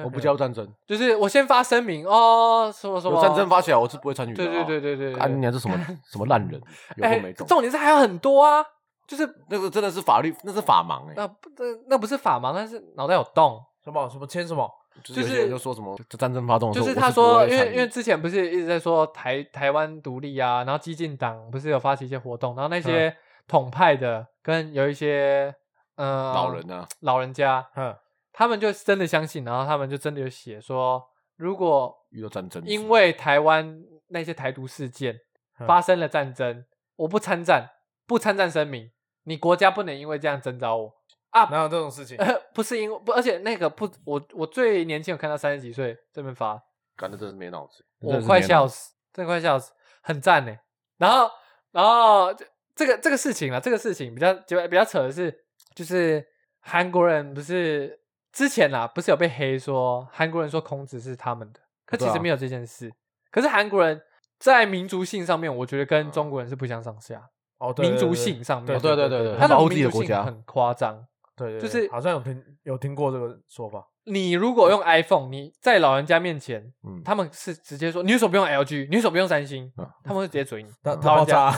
[SPEAKER 2] 我不加入战争，
[SPEAKER 1] 就是我先发声明哦，什么什么
[SPEAKER 2] 有战争，发起来我是不会参与的
[SPEAKER 1] 对
[SPEAKER 2] 啊。
[SPEAKER 1] 对对对对，对
[SPEAKER 2] 啊，你还是
[SPEAKER 1] *laughs*
[SPEAKER 2] 什么什么烂人，有
[SPEAKER 1] 哎
[SPEAKER 2] 够没种。
[SPEAKER 1] 重点是还有很多啊，就是
[SPEAKER 2] 那个真的是法律，那是法盲哎、
[SPEAKER 1] 那不那不是法盲，但是脑袋有洞，
[SPEAKER 3] 什么什么签什么，
[SPEAKER 2] 就是有些人就说什么这战争发动的时
[SPEAKER 1] 就是
[SPEAKER 2] 候，我是
[SPEAKER 1] 他说，
[SPEAKER 2] 不会
[SPEAKER 1] 因
[SPEAKER 2] 参
[SPEAKER 1] 为
[SPEAKER 2] 与
[SPEAKER 1] 因为之前不是一直在说台台湾独立啊，然后激进党不是有发起一些活动，然后
[SPEAKER 2] 嗯
[SPEAKER 1] 那些统派的跟有一些呃
[SPEAKER 2] 老人啊，
[SPEAKER 1] 老人家，
[SPEAKER 3] 嗯，
[SPEAKER 1] 他们就真的相信，然后他们就真的有写说，如果
[SPEAKER 2] 遇到战争，
[SPEAKER 1] 因为台湾那些台独事件
[SPEAKER 3] 嗯
[SPEAKER 1] 发生了战争，我不参战，不参战声明，你国家不能因为这样征召我。 *laughs*
[SPEAKER 3] 哪有这种事情？
[SPEAKER 1] 呃，不是因为不，而且那个不，我我最年轻有看到三十几岁这边发，
[SPEAKER 2] 干的真是没脑子，
[SPEAKER 1] 我快笑
[SPEAKER 2] 死。
[SPEAKER 1] 死，真的快笑死，很赞呢。然后，然后这这个这个事情啊，这个事情比较就比较扯的是，就是韩国人不是之前啊，不是有被黑说韩国人说孔子是他们的，可其
[SPEAKER 2] 对
[SPEAKER 1] 实
[SPEAKER 2] 啊
[SPEAKER 1] 没有这件事。可是韩国人在民族性上面，我觉得跟中国人是不相上下，
[SPEAKER 3] 哦，对
[SPEAKER 1] 民族，性上面，
[SPEAKER 3] 对对对对对
[SPEAKER 1] 他的
[SPEAKER 2] 保护自己
[SPEAKER 1] 民
[SPEAKER 2] 的
[SPEAKER 1] 族
[SPEAKER 2] 国
[SPEAKER 1] 性
[SPEAKER 2] 家
[SPEAKER 1] 很夸张。
[SPEAKER 3] 对对
[SPEAKER 1] 就
[SPEAKER 3] 对，
[SPEAKER 1] 是
[SPEAKER 3] 好像有听有听过这个说法，
[SPEAKER 1] 你如果用 iPhone，你在老人家面前，
[SPEAKER 2] 嗯，
[SPEAKER 1] 他们是直接说你为什么不用 LG，你为什么不用三星
[SPEAKER 2] 嗯？
[SPEAKER 1] 他们会直接嘴你。
[SPEAKER 3] 他
[SPEAKER 1] 老
[SPEAKER 3] 他爆
[SPEAKER 1] 人家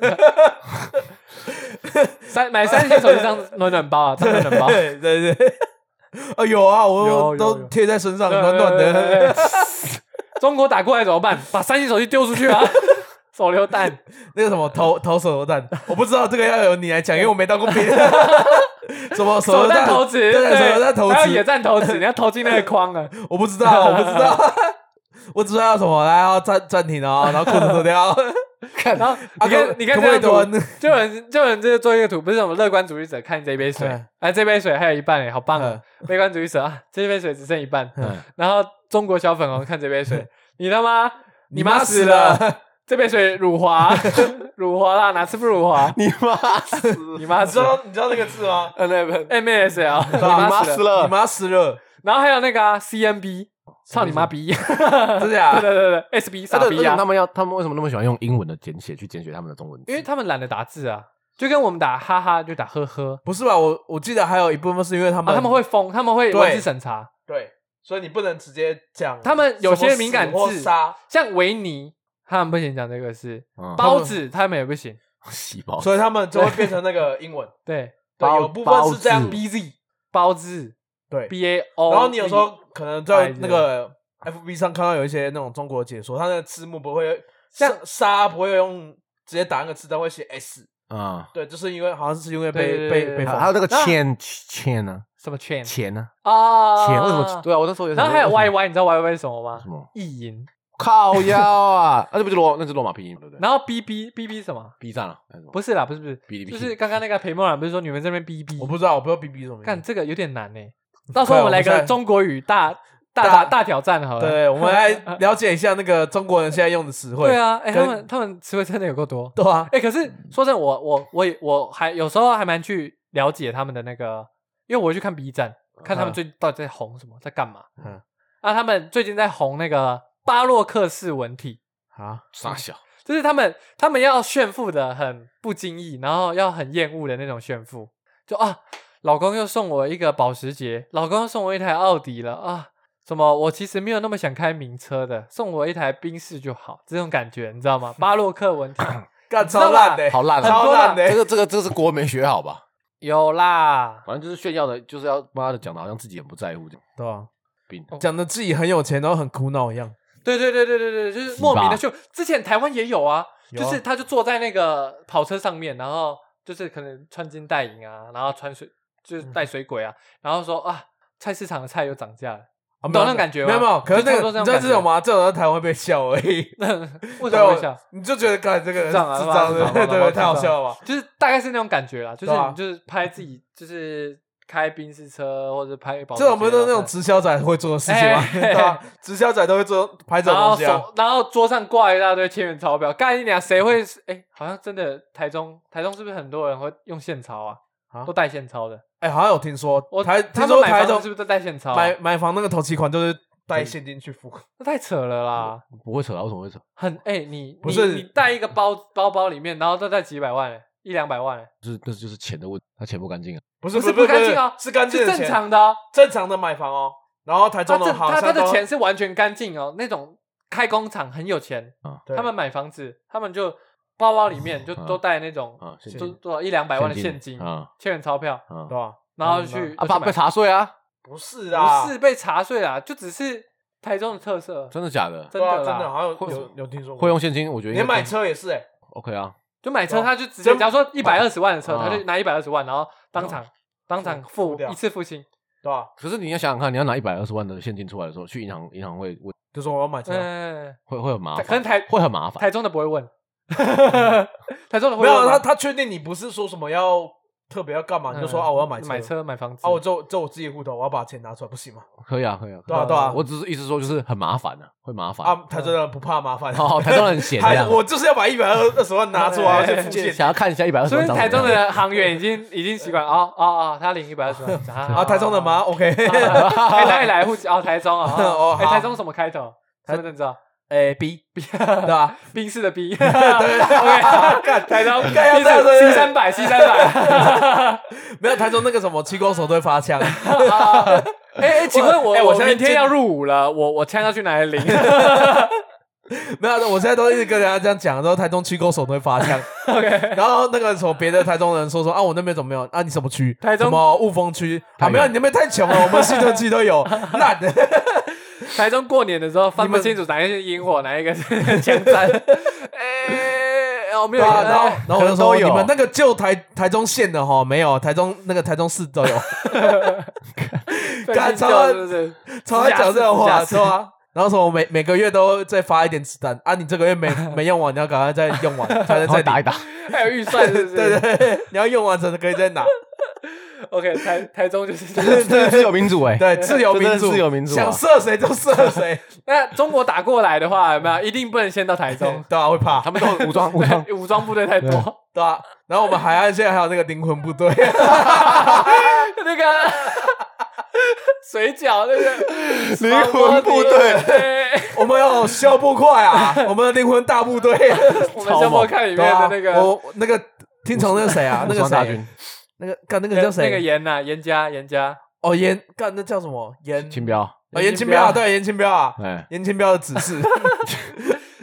[SPEAKER 3] 炸，
[SPEAKER 1] 三买三星手机当暖暖包啊，当暖暖包。
[SPEAKER 3] *laughs* 对对对，啊有啊，
[SPEAKER 1] 有
[SPEAKER 3] 我
[SPEAKER 1] 有
[SPEAKER 3] 都
[SPEAKER 1] 有
[SPEAKER 3] 贴在身上，
[SPEAKER 1] 对
[SPEAKER 3] 暖暖
[SPEAKER 1] 对对对
[SPEAKER 3] 的。
[SPEAKER 1] 中国打过来怎么办？把三星手机丢出去
[SPEAKER 3] *laughs*
[SPEAKER 1] 啊！手榴弹，
[SPEAKER 3] 那个什么投投手榴弹，我不知道这个要由你来讲，因为我没当过兵。 *laughs* 什么手
[SPEAKER 1] 手榴
[SPEAKER 3] 榴
[SPEAKER 1] 弹
[SPEAKER 3] 弹
[SPEAKER 1] 投掷，
[SPEAKER 3] 对对，手榴弹投
[SPEAKER 1] 还有野
[SPEAKER 3] 掷，
[SPEAKER 1] 战投掷，你要投进那个框
[SPEAKER 3] *laughs*
[SPEAKER 1] 啊！
[SPEAKER 3] 我不知道，我不知道， *laughs* 我只知道要什么，来要暂暂停啊，然后裤子脱掉，
[SPEAKER 2] 看
[SPEAKER 1] 然后
[SPEAKER 3] 啊
[SPEAKER 1] 你
[SPEAKER 3] 可
[SPEAKER 1] 看，你看
[SPEAKER 3] 可不
[SPEAKER 1] 这
[SPEAKER 3] 可以啊
[SPEAKER 1] 个图
[SPEAKER 3] 端，
[SPEAKER 1] 就有人就有人这做一个图，不是什么乐观主义者看这杯水
[SPEAKER 3] 嗯，
[SPEAKER 1] 哎，这杯水还有一半哎，好棒
[SPEAKER 3] 嗯
[SPEAKER 1] 啊！悲观主义者啊，这杯水只剩一半。
[SPEAKER 2] 嗯
[SPEAKER 1] 然后中国小粉红看这杯
[SPEAKER 3] *laughs*
[SPEAKER 1] 水，你他妈 *laughs* 你妈
[SPEAKER 3] 妈
[SPEAKER 1] 死
[SPEAKER 3] 了
[SPEAKER 1] 了！，这杯水辱华， *laughs* 辱华啦，哪次不辱华？
[SPEAKER 2] 你妈死，
[SPEAKER 1] 你妈
[SPEAKER 3] 你
[SPEAKER 1] 死了
[SPEAKER 3] 啊你知道那个字
[SPEAKER 1] *laughs*
[SPEAKER 3] 吗？
[SPEAKER 2] 呃那边
[SPEAKER 1] MSL，你
[SPEAKER 2] 你妈
[SPEAKER 1] 妈
[SPEAKER 2] 死
[SPEAKER 1] 死了。
[SPEAKER 3] 啊你
[SPEAKER 2] 了，
[SPEAKER 3] 妈死了，
[SPEAKER 1] 然后还有那个啊 CNB，操你妈逼， *laughs*
[SPEAKER 3] 真
[SPEAKER 1] 真
[SPEAKER 3] 的假
[SPEAKER 1] 对对对对，SB
[SPEAKER 2] 他
[SPEAKER 1] 傻逼啊
[SPEAKER 2] 他，们要他们为什么那么喜欢用英文的简写去简写他们的中文字？
[SPEAKER 1] 因为他们懒得打字啊，就跟我们打哈哈就打呵呵，
[SPEAKER 3] 不是吧？我我记得还有一部分是因为他
[SPEAKER 1] 啊
[SPEAKER 3] 们
[SPEAKER 1] 他们会封，他们会
[SPEAKER 3] 对
[SPEAKER 1] 文字审查，
[SPEAKER 3] 对，所以你不能直接讲
[SPEAKER 1] 他们有些敏感
[SPEAKER 3] 什么死
[SPEAKER 1] 字
[SPEAKER 3] 或杀，
[SPEAKER 1] 像维尼他们不行讲这个是
[SPEAKER 2] 嗯
[SPEAKER 1] 包子，他们也不行，
[SPEAKER 2] *laughs* 细胞
[SPEAKER 3] 所以他们就会变成那个英文。 *laughs*
[SPEAKER 1] 对，
[SPEAKER 3] 对，
[SPEAKER 2] 包
[SPEAKER 3] 有部分是这样
[SPEAKER 2] 包子
[SPEAKER 3] B Z
[SPEAKER 1] 包子
[SPEAKER 3] 对，
[SPEAKER 1] B A O，
[SPEAKER 3] 然后你有时候可能在
[SPEAKER 1] 白字
[SPEAKER 3] 那个 F B 上看到有一些那种中国解说，他那个字幕不会
[SPEAKER 1] 像
[SPEAKER 3] 像杀不会用直接打那个字，他会写 S。
[SPEAKER 2] 啊，
[SPEAKER 3] 对，就是因为好像是因为
[SPEAKER 1] 对
[SPEAKER 3] 被
[SPEAKER 1] 对
[SPEAKER 3] 被
[SPEAKER 1] 对
[SPEAKER 3] 被
[SPEAKER 1] 对
[SPEAKER 2] 还
[SPEAKER 3] 封
[SPEAKER 2] 有那个
[SPEAKER 1] 那
[SPEAKER 2] 钱钱呢？
[SPEAKER 1] 什么圈
[SPEAKER 2] 钱呢？
[SPEAKER 1] 啊，
[SPEAKER 2] 钱为什么？对啊，我那时候也想
[SPEAKER 1] 然后
[SPEAKER 2] 说
[SPEAKER 1] 还有 Y
[SPEAKER 2] 为什么
[SPEAKER 1] Y，你知道 Y Y 是什么吗
[SPEAKER 2] 什？
[SPEAKER 1] *laughs*
[SPEAKER 2] 么
[SPEAKER 1] 意淫，
[SPEAKER 2] 靠腰啊？ *laughs* 那这不就罗那是罗马拼音对不对？
[SPEAKER 1] 然后 B B B B 是什么？
[SPEAKER 2] B 站啊了，还是什么
[SPEAKER 1] 不是啦，不是不是，
[SPEAKER 2] 哔哩哔哩
[SPEAKER 1] 就是刚刚那个裴梦然不是说你们这边逼逼，
[SPEAKER 3] 我不知道，我不知道 B B 什么意
[SPEAKER 1] 干
[SPEAKER 3] 思。
[SPEAKER 1] 这个有点难
[SPEAKER 3] *laughs*
[SPEAKER 1] 呢。到时候我们来
[SPEAKER 3] 我们
[SPEAKER 1] 个
[SPEAKER 3] 再
[SPEAKER 1] 中国语
[SPEAKER 3] 啊
[SPEAKER 1] 大大
[SPEAKER 3] 大
[SPEAKER 1] 大大挑战好了。
[SPEAKER 3] 对，我们来了解一下那个中国人现在用的词汇。
[SPEAKER 1] 对，啊，哎，
[SPEAKER 3] 跟
[SPEAKER 1] 他们他们词汇真的有够多。
[SPEAKER 3] 对啊，
[SPEAKER 1] 哎，可是说真的，我我我也我还有时候还蛮去了解他们的那个，因为我会去看 B 站，看他们最近到底在红什么，在干嘛。
[SPEAKER 3] 嗯
[SPEAKER 1] 嗯，啊，他们最近在红那个巴洛克式文体。
[SPEAKER 3] 啊，
[SPEAKER 2] 傻小
[SPEAKER 1] 就是他们他们要炫富的很不经意，然后要很厌恶的那种炫富，就啊，老公又送我一个保时捷，老公又送我一台奥迪了啊，什么我其实没有那么想开名车的，送我一台宾士就好，这种感觉你知道
[SPEAKER 3] *laughs*
[SPEAKER 1] 吗？巴洛克文体
[SPEAKER 3] 干
[SPEAKER 1] 知道
[SPEAKER 3] 超烂
[SPEAKER 1] 吧
[SPEAKER 3] 的，欸
[SPEAKER 2] 好烂
[SPEAKER 1] 很
[SPEAKER 2] 啊！
[SPEAKER 3] 超
[SPEAKER 1] 多啦
[SPEAKER 3] 烂
[SPEAKER 2] 这
[SPEAKER 3] 的。
[SPEAKER 2] 个这个这个是国没学好吧？
[SPEAKER 1] 有啦，
[SPEAKER 2] 反正就是炫耀的，就是要妈的讲的好像自己很不在乎这样。
[SPEAKER 3] 对啊，
[SPEAKER 2] 病
[SPEAKER 1] 哦
[SPEAKER 3] 讲的自己很有钱，然后很苦恼一样。
[SPEAKER 1] 对对对对对对，就是
[SPEAKER 2] 是
[SPEAKER 1] 莫名
[SPEAKER 2] 吧
[SPEAKER 1] 的就之前台湾也有啊，
[SPEAKER 3] 有啊
[SPEAKER 1] 就是他就坐在那个跑车上面，然后就是可能穿金戴银啊，然后穿水就是
[SPEAKER 3] 嗯
[SPEAKER 1] 带水鬼啊，然后说啊，菜市场的菜又涨价了，
[SPEAKER 3] 啊
[SPEAKER 1] 你
[SPEAKER 3] 没有
[SPEAKER 1] 懂那种感觉吗
[SPEAKER 3] 没有没有，可是
[SPEAKER 1] 就差
[SPEAKER 3] 那个
[SPEAKER 1] 不多
[SPEAKER 3] 你
[SPEAKER 1] 这种感
[SPEAKER 3] 知道
[SPEAKER 1] 觉
[SPEAKER 3] 这种吗？这种在台湾被笑
[SPEAKER 1] *laughs*
[SPEAKER 3] 而 *laughs* 已。
[SPEAKER 1] 那为什
[SPEAKER 3] 对，啊
[SPEAKER 1] 么会
[SPEAKER 3] 我
[SPEAKER 1] 笑？
[SPEAKER 3] 你就觉得干这个人
[SPEAKER 1] 智障啊
[SPEAKER 3] 智
[SPEAKER 1] 他妈
[SPEAKER 3] 障，
[SPEAKER 1] 智
[SPEAKER 3] 对
[SPEAKER 1] 障他
[SPEAKER 3] *laughs*
[SPEAKER 1] 妈
[SPEAKER 3] 对对，
[SPEAKER 1] 智障
[SPEAKER 3] 太好笑了吧？
[SPEAKER 1] 就是大概是那种感觉啦，就是
[SPEAKER 3] 对啊
[SPEAKER 1] 你就是拍自己就是开宾士车或者拍保时捷
[SPEAKER 3] 这种不是都是那种
[SPEAKER 1] 啊
[SPEAKER 3] 直销仔会做的事情吗？
[SPEAKER 1] 哎
[SPEAKER 3] *laughs* 对吧？直销仔都会做拍这
[SPEAKER 1] 然
[SPEAKER 3] 种
[SPEAKER 1] 后
[SPEAKER 3] 东西啊。
[SPEAKER 1] 手，然后桌上挂一大堆千元钞票，干你俩谁会？哎，好像真的台中，台中是不是很多人会用现钞啊？
[SPEAKER 3] 啊
[SPEAKER 1] 都带现钞的。
[SPEAKER 3] 哎，好像有听说
[SPEAKER 1] 我，
[SPEAKER 3] 台
[SPEAKER 1] 他们
[SPEAKER 3] 听说
[SPEAKER 1] 买
[SPEAKER 3] 台
[SPEAKER 1] 房
[SPEAKER 3] 中
[SPEAKER 1] 是不是都带现钞啊？
[SPEAKER 3] 买买房那个头期款就是带现金去付，
[SPEAKER 1] 那太扯了啦，
[SPEAKER 2] 不会扯啊，为什么会扯？
[SPEAKER 1] 很哎、你
[SPEAKER 3] 嗯不是
[SPEAKER 1] 你你带一个包包包里面，然后再带几百万、欸，一两百万、欸，
[SPEAKER 2] 就是那就是钱的问题，他钱不干净啊。
[SPEAKER 3] 不是
[SPEAKER 1] 不
[SPEAKER 3] 是
[SPEAKER 1] 不
[SPEAKER 3] 干
[SPEAKER 1] 干净啊，
[SPEAKER 3] 是干净
[SPEAKER 1] 是
[SPEAKER 3] 的
[SPEAKER 1] 正
[SPEAKER 3] 钱
[SPEAKER 1] 常的、哦，
[SPEAKER 3] 正常的买房哦。然后台
[SPEAKER 1] 他
[SPEAKER 3] 中
[SPEAKER 1] 正
[SPEAKER 3] 的好
[SPEAKER 1] 他他
[SPEAKER 3] 像
[SPEAKER 1] 的
[SPEAKER 3] 都
[SPEAKER 1] 钱是完全干净哦，那种开工厂很有钱，
[SPEAKER 3] 对
[SPEAKER 1] 他们买房子，他们就包包里面就
[SPEAKER 2] 嗯
[SPEAKER 1] 都带那种
[SPEAKER 2] 啊现
[SPEAKER 1] 就
[SPEAKER 2] 金
[SPEAKER 1] 多少一两百万的现金，
[SPEAKER 2] 啊
[SPEAKER 1] 欠人钞票，
[SPEAKER 2] 啊
[SPEAKER 3] 对吧？
[SPEAKER 1] 然后
[SPEAKER 3] 嗯
[SPEAKER 1] 去
[SPEAKER 2] 啊！爸被查税啊？
[SPEAKER 3] 不是啊，
[SPEAKER 1] 不是被查税啦，就只是台中的特色，
[SPEAKER 2] 真的假的？
[SPEAKER 1] 真
[SPEAKER 3] 对啊，
[SPEAKER 1] 的
[SPEAKER 3] 真的
[SPEAKER 1] 啦。
[SPEAKER 3] 好像
[SPEAKER 2] 会
[SPEAKER 3] 有有听说过，
[SPEAKER 2] 会用现金？我觉得
[SPEAKER 3] 连
[SPEAKER 2] 应该
[SPEAKER 3] 买车也是哎，
[SPEAKER 2] OK 啊，
[SPEAKER 1] 就买车，
[SPEAKER 3] 对啊
[SPEAKER 1] 他就直接，
[SPEAKER 3] 真
[SPEAKER 1] 假如说一百二十万的车，
[SPEAKER 2] 啊
[SPEAKER 1] 他就拿一百二十万，然后当场当场
[SPEAKER 3] 付
[SPEAKER 1] 付
[SPEAKER 3] 掉
[SPEAKER 1] 一次付清。
[SPEAKER 3] 对吧？
[SPEAKER 2] 可是你要想想看，你要拿一百二十万的现金出来的时候，去银行银行会问，
[SPEAKER 3] 就说我要买车，
[SPEAKER 1] 嗯，
[SPEAKER 2] 会会很麻
[SPEAKER 1] 可能
[SPEAKER 2] 烦，
[SPEAKER 1] 台
[SPEAKER 2] 会很麻烦。
[SPEAKER 1] 台中的不会问，
[SPEAKER 2] 嗯
[SPEAKER 1] *laughs* 台中的会
[SPEAKER 3] 没有
[SPEAKER 1] 问
[SPEAKER 3] 他
[SPEAKER 1] 吗
[SPEAKER 3] 他确定你不是说什么要特别要干嘛，你就说
[SPEAKER 1] 嗯
[SPEAKER 3] 啊我要买
[SPEAKER 1] 买车买房子
[SPEAKER 3] 啊我就就我自己户头，我要把钱拿出来不行吗？
[SPEAKER 2] 可以啊，可以啊，可
[SPEAKER 3] 对
[SPEAKER 2] 以
[SPEAKER 3] 啊
[SPEAKER 2] 啊。
[SPEAKER 3] 对啊，
[SPEAKER 2] 我只是意思说，就是很麻烦啊，会麻烦。
[SPEAKER 1] 嗯
[SPEAKER 3] 啊台中人不怕麻烦，
[SPEAKER 2] 哦，台中人很闲这
[SPEAKER 3] *laughs* 台
[SPEAKER 2] 样，
[SPEAKER 3] 我就是要把一百二二十万拿出来去付现
[SPEAKER 2] 想要看一下
[SPEAKER 3] 啊
[SPEAKER 2] 一百二十
[SPEAKER 1] 所
[SPEAKER 2] 万
[SPEAKER 1] 以
[SPEAKER 2] 长什么
[SPEAKER 1] 台
[SPEAKER 2] 样。
[SPEAKER 1] 中的航员已经 *laughs* 已经习惯哦哦哦，他领一百二十万
[SPEAKER 3] *laughs* 啊，
[SPEAKER 1] 啊
[SPEAKER 3] 台中的？吗
[SPEAKER 1] *laughs*
[SPEAKER 3] ？OK，*laughs*
[SPEAKER 1] 哎，哪里来户籍？哦，台中啊，
[SPEAKER 3] 哦
[SPEAKER 1] 哦，哎，
[SPEAKER 3] 好
[SPEAKER 1] 台中什么开头？身份证照，
[SPEAKER 3] 哎 B B 对吧？
[SPEAKER 1] 宾士的
[SPEAKER 3] *laughs*
[SPEAKER 1] B，OK，
[SPEAKER 3] 啊干
[SPEAKER 1] 台 *laughs* 中
[SPEAKER 3] 干要这样
[SPEAKER 1] 宾士 C
[SPEAKER 3] 子
[SPEAKER 1] 三百 C 三百。
[SPEAKER 3] 没有台中那个什么七攻手都会发 *laughs* 枪，
[SPEAKER 1] 啊哎、哎，请问我，
[SPEAKER 3] *laughs* 哎我
[SPEAKER 1] 我
[SPEAKER 3] 现在
[SPEAKER 1] 明天
[SPEAKER 3] 进
[SPEAKER 1] 要入伍了，我我枪要去
[SPEAKER 3] *laughs*
[SPEAKER 1] 哪里领？
[SPEAKER 3] 没有，我现在都一直跟人家这样讲，说台中七攻手都会发 *laughs* 枪。
[SPEAKER 1] OK
[SPEAKER 3] 然后那个什么别的台中人说说啊，我那边怎么没有？啊，你什么区？
[SPEAKER 1] 台中
[SPEAKER 3] 什么雾峰区
[SPEAKER 2] 太
[SPEAKER 3] 啊？
[SPEAKER 2] 远
[SPEAKER 3] 没有，你那边太穷了，我们新屯区都 *laughs* 有烂的。
[SPEAKER 1] 台中过年的时候分
[SPEAKER 3] 你
[SPEAKER 1] 不
[SPEAKER 3] 们
[SPEAKER 1] 清楚哪一个是烟火，哪一个是枪战。
[SPEAKER 3] *laughs*
[SPEAKER 1] 哎、我没有，
[SPEAKER 3] 啊然后
[SPEAKER 1] 哎
[SPEAKER 3] 然后我就
[SPEAKER 2] 可能都
[SPEAKER 3] 说
[SPEAKER 2] 有
[SPEAKER 3] 你们那个旧台台中县的哈没有，台中那个台中市都有。
[SPEAKER 1] 分
[SPEAKER 3] 干
[SPEAKER 1] 清
[SPEAKER 3] 超
[SPEAKER 1] 教是不是？
[SPEAKER 3] 超爱讲这种
[SPEAKER 1] 假
[SPEAKER 3] 话，
[SPEAKER 1] 死
[SPEAKER 3] 对啊。然后说我每每个月都再发一点子弹啊，你这个月没 *laughs* 没用完，你要赶快再用
[SPEAKER 2] *laughs*
[SPEAKER 3] 完，才能
[SPEAKER 2] 然后
[SPEAKER 3] 再
[SPEAKER 2] 打一
[SPEAKER 3] 打。
[SPEAKER 2] 打，
[SPEAKER 1] 还有预算是不是？
[SPEAKER 3] *laughs* 对对对，你要用完才能可以再拿。
[SPEAKER 1] OK，台台中就是这
[SPEAKER 2] 这
[SPEAKER 1] 样。
[SPEAKER 2] 是自由民主哎。 *laughs*
[SPEAKER 3] 对，自由民
[SPEAKER 2] 真的
[SPEAKER 3] 主，
[SPEAKER 2] 是自由民主啊
[SPEAKER 3] 想射谁就射
[SPEAKER 2] *laughs*
[SPEAKER 3] 谁，
[SPEAKER 1] 那中国打过来的话，有没有一定不能先到台
[SPEAKER 3] *laughs*
[SPEAKER 1] 中？
[SPEAKER 3] 对啊，会怕
[SPEAKER 2] 他，们都武装武装，
[SPEAKER 1] 武装部队太多，
[SPEAKER 3] 对啊。然后我们海岸线还有那个灵魂部队， *laughs*
[SPEAKER 1] 那个水饺那个
[SPEAKER 2] 灵魂部队
[SPEAKER 1] *laughs* 对
[SPEAKER 3] 我们有消波
[SPEAKER 2] *laughs*
[SPEAKER 3] 块啊，我们的灵魂大部队，
[SPEAKER 1] 我们先不看里面
[SPEAKER 3] 对啊
[SPEAKER 1] 的那个、。
[SPEAKER 3] 我那个听从那个谁啊，那个
[SPEAKER 2] 武装大
[SPEAKER 3] 谁
[SPEAKER 2] 军，，
[SPEAKER 3] 那个干那个
[SPEAKER 1] 那
[SPEAKER 3] 叫
[SPEAKER 1] 那个
[SPEAKER 3] 谁？
[SPEAKER 1] 严呐，严家，严家，
[SPEAKER 3] 哦，严干那叫什么？严
[SPEAKER 2] 秦彪，
[SPEAKER 3] 哦，严清标啊，对，严清标啊，
[SPEAKER 2] 哎，
[SPEAKER 3] 严清标的指示。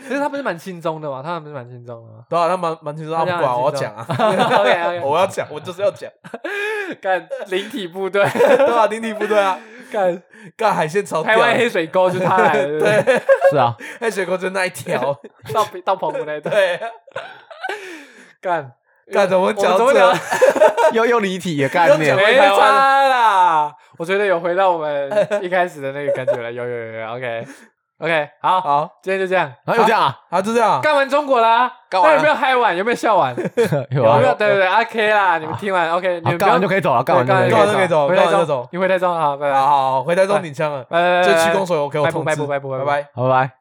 [SPEAKER 1] 可是他不是蛮轻松的嘛，他们不是蛮轻松的
[SPEAKER 3] *laughs*
[SPEAKER 1] 吗
[SPEAKER 3] 对啊，他蛮蛮轻松，
[SPEAKER 1] 他
[SPEAKER 3] 他不
[SPEAKER 1] 这样
[SPEAKER 3] 管我要
[SPEAKER 1] 很轻哎 *laughs*
[SPEAKER 3] 讲啊，
[SPEAKER 1] ？OK OK，
[SPEAKER 3] 我要讲，我就是要讲，
[SPEAKER 1] *laughs*
[SPEAKER 3] *laughs*
[SPEAKER 1] 干灵体部队，
[SPEAKER 3] 对啊，灵体部队啊，
[SPEAKER 1] 干
[SPEAKER 3] 干海鲜超
[SPEAKER 1] 台
[SPEAKER 3] 屌，
[SPEAKER 1] 湾黑水沟就他来的，对不
[SPEAKER 3] 对，
[SPEAKER 2] 是啊，
[SPEAKER 3] 黑水沟就那一条，
[SPEAKER 1] 对，到北到澎湖那一段， *laughs*
[SPEAKER 3] 对，
[SPEAKER 1] 干
[SPEAKER 3] 干怎么
[SPEAKER 1] 我们
[SPEAKER 3] 讲
[SPEAKER 1] 怎
[SPEAKER 3] 这
[SPEAKER 1] 么聊？
[SPEAKER 3] 个？
[SPEAKER 2] 又又离体也概
[SPEAKER 3] 又
[SPEAKER 2] 念
[SPEAKER 3] 讲，
[SPEAKER 1] 没
[SPEAKER 3] 台湾
[SPEAKER 1] 差啦，我觉得有回到我们一开始的那个感觉了，有有有有，OK OK，好，
[SPEAKER 3] 好，
[SPEAKER 1] 今天就这样，
[SPEAKER 2] 然后又这样啊， *laughs*
[SPEAKER 3] 好，就这样，
[SPEAKER 1] 干完中国啦，
[SPEAKER 2] 干完
[SPEAKER 1] 那
[SPEAKER 2] 了
[SPEAKER 1] 有没有嗨完？有没有笑完？
[SPEAKER 2] 有
[SPEAKER 1] 有
[SPEAKER 2] 啊
[SPEAKER 1] 没，有？对对对，OK 啦，你们听完 OK，你
[SPEAKER 2] 好
[SPEAKER 1] 们不
[SPEAKER 2] 干
[SPEAKER 1] 要
[SPEAKER 2] 完就可以走了，干完就可以
[SPEAKER 3] 干
[SPEAKER 2] 走
[SPEAKER 3] 完
[SPEAKER 2] 了
[SPEAKER 3] 就可以走
[SPEAKER 1] 回
[SPEAKER 3] 干
[SPEAKER 1] 台
[SPEAKER 3] 完就走
[SPEAKER 1] 中，你回台中啊，拜拜。
[SPEAKER 3] 好好好，回台中你枪了，
[SPEAKER 1] 拜拜
[SPEAKER 3] 这
[SPEAKER 1] 拜拜
[SPEAKER 3] 七公所有给我
[SPEAKER 1] 哎拜拜
[SPEAKER 3] 通
[SPEAKER 1] 拜
[SPEAKER 3] 知，
[SPEAKER 1] 拜拜拜
[SPEAKER 3] 拜拜。
[SPEAKER 2] 好，拜拜。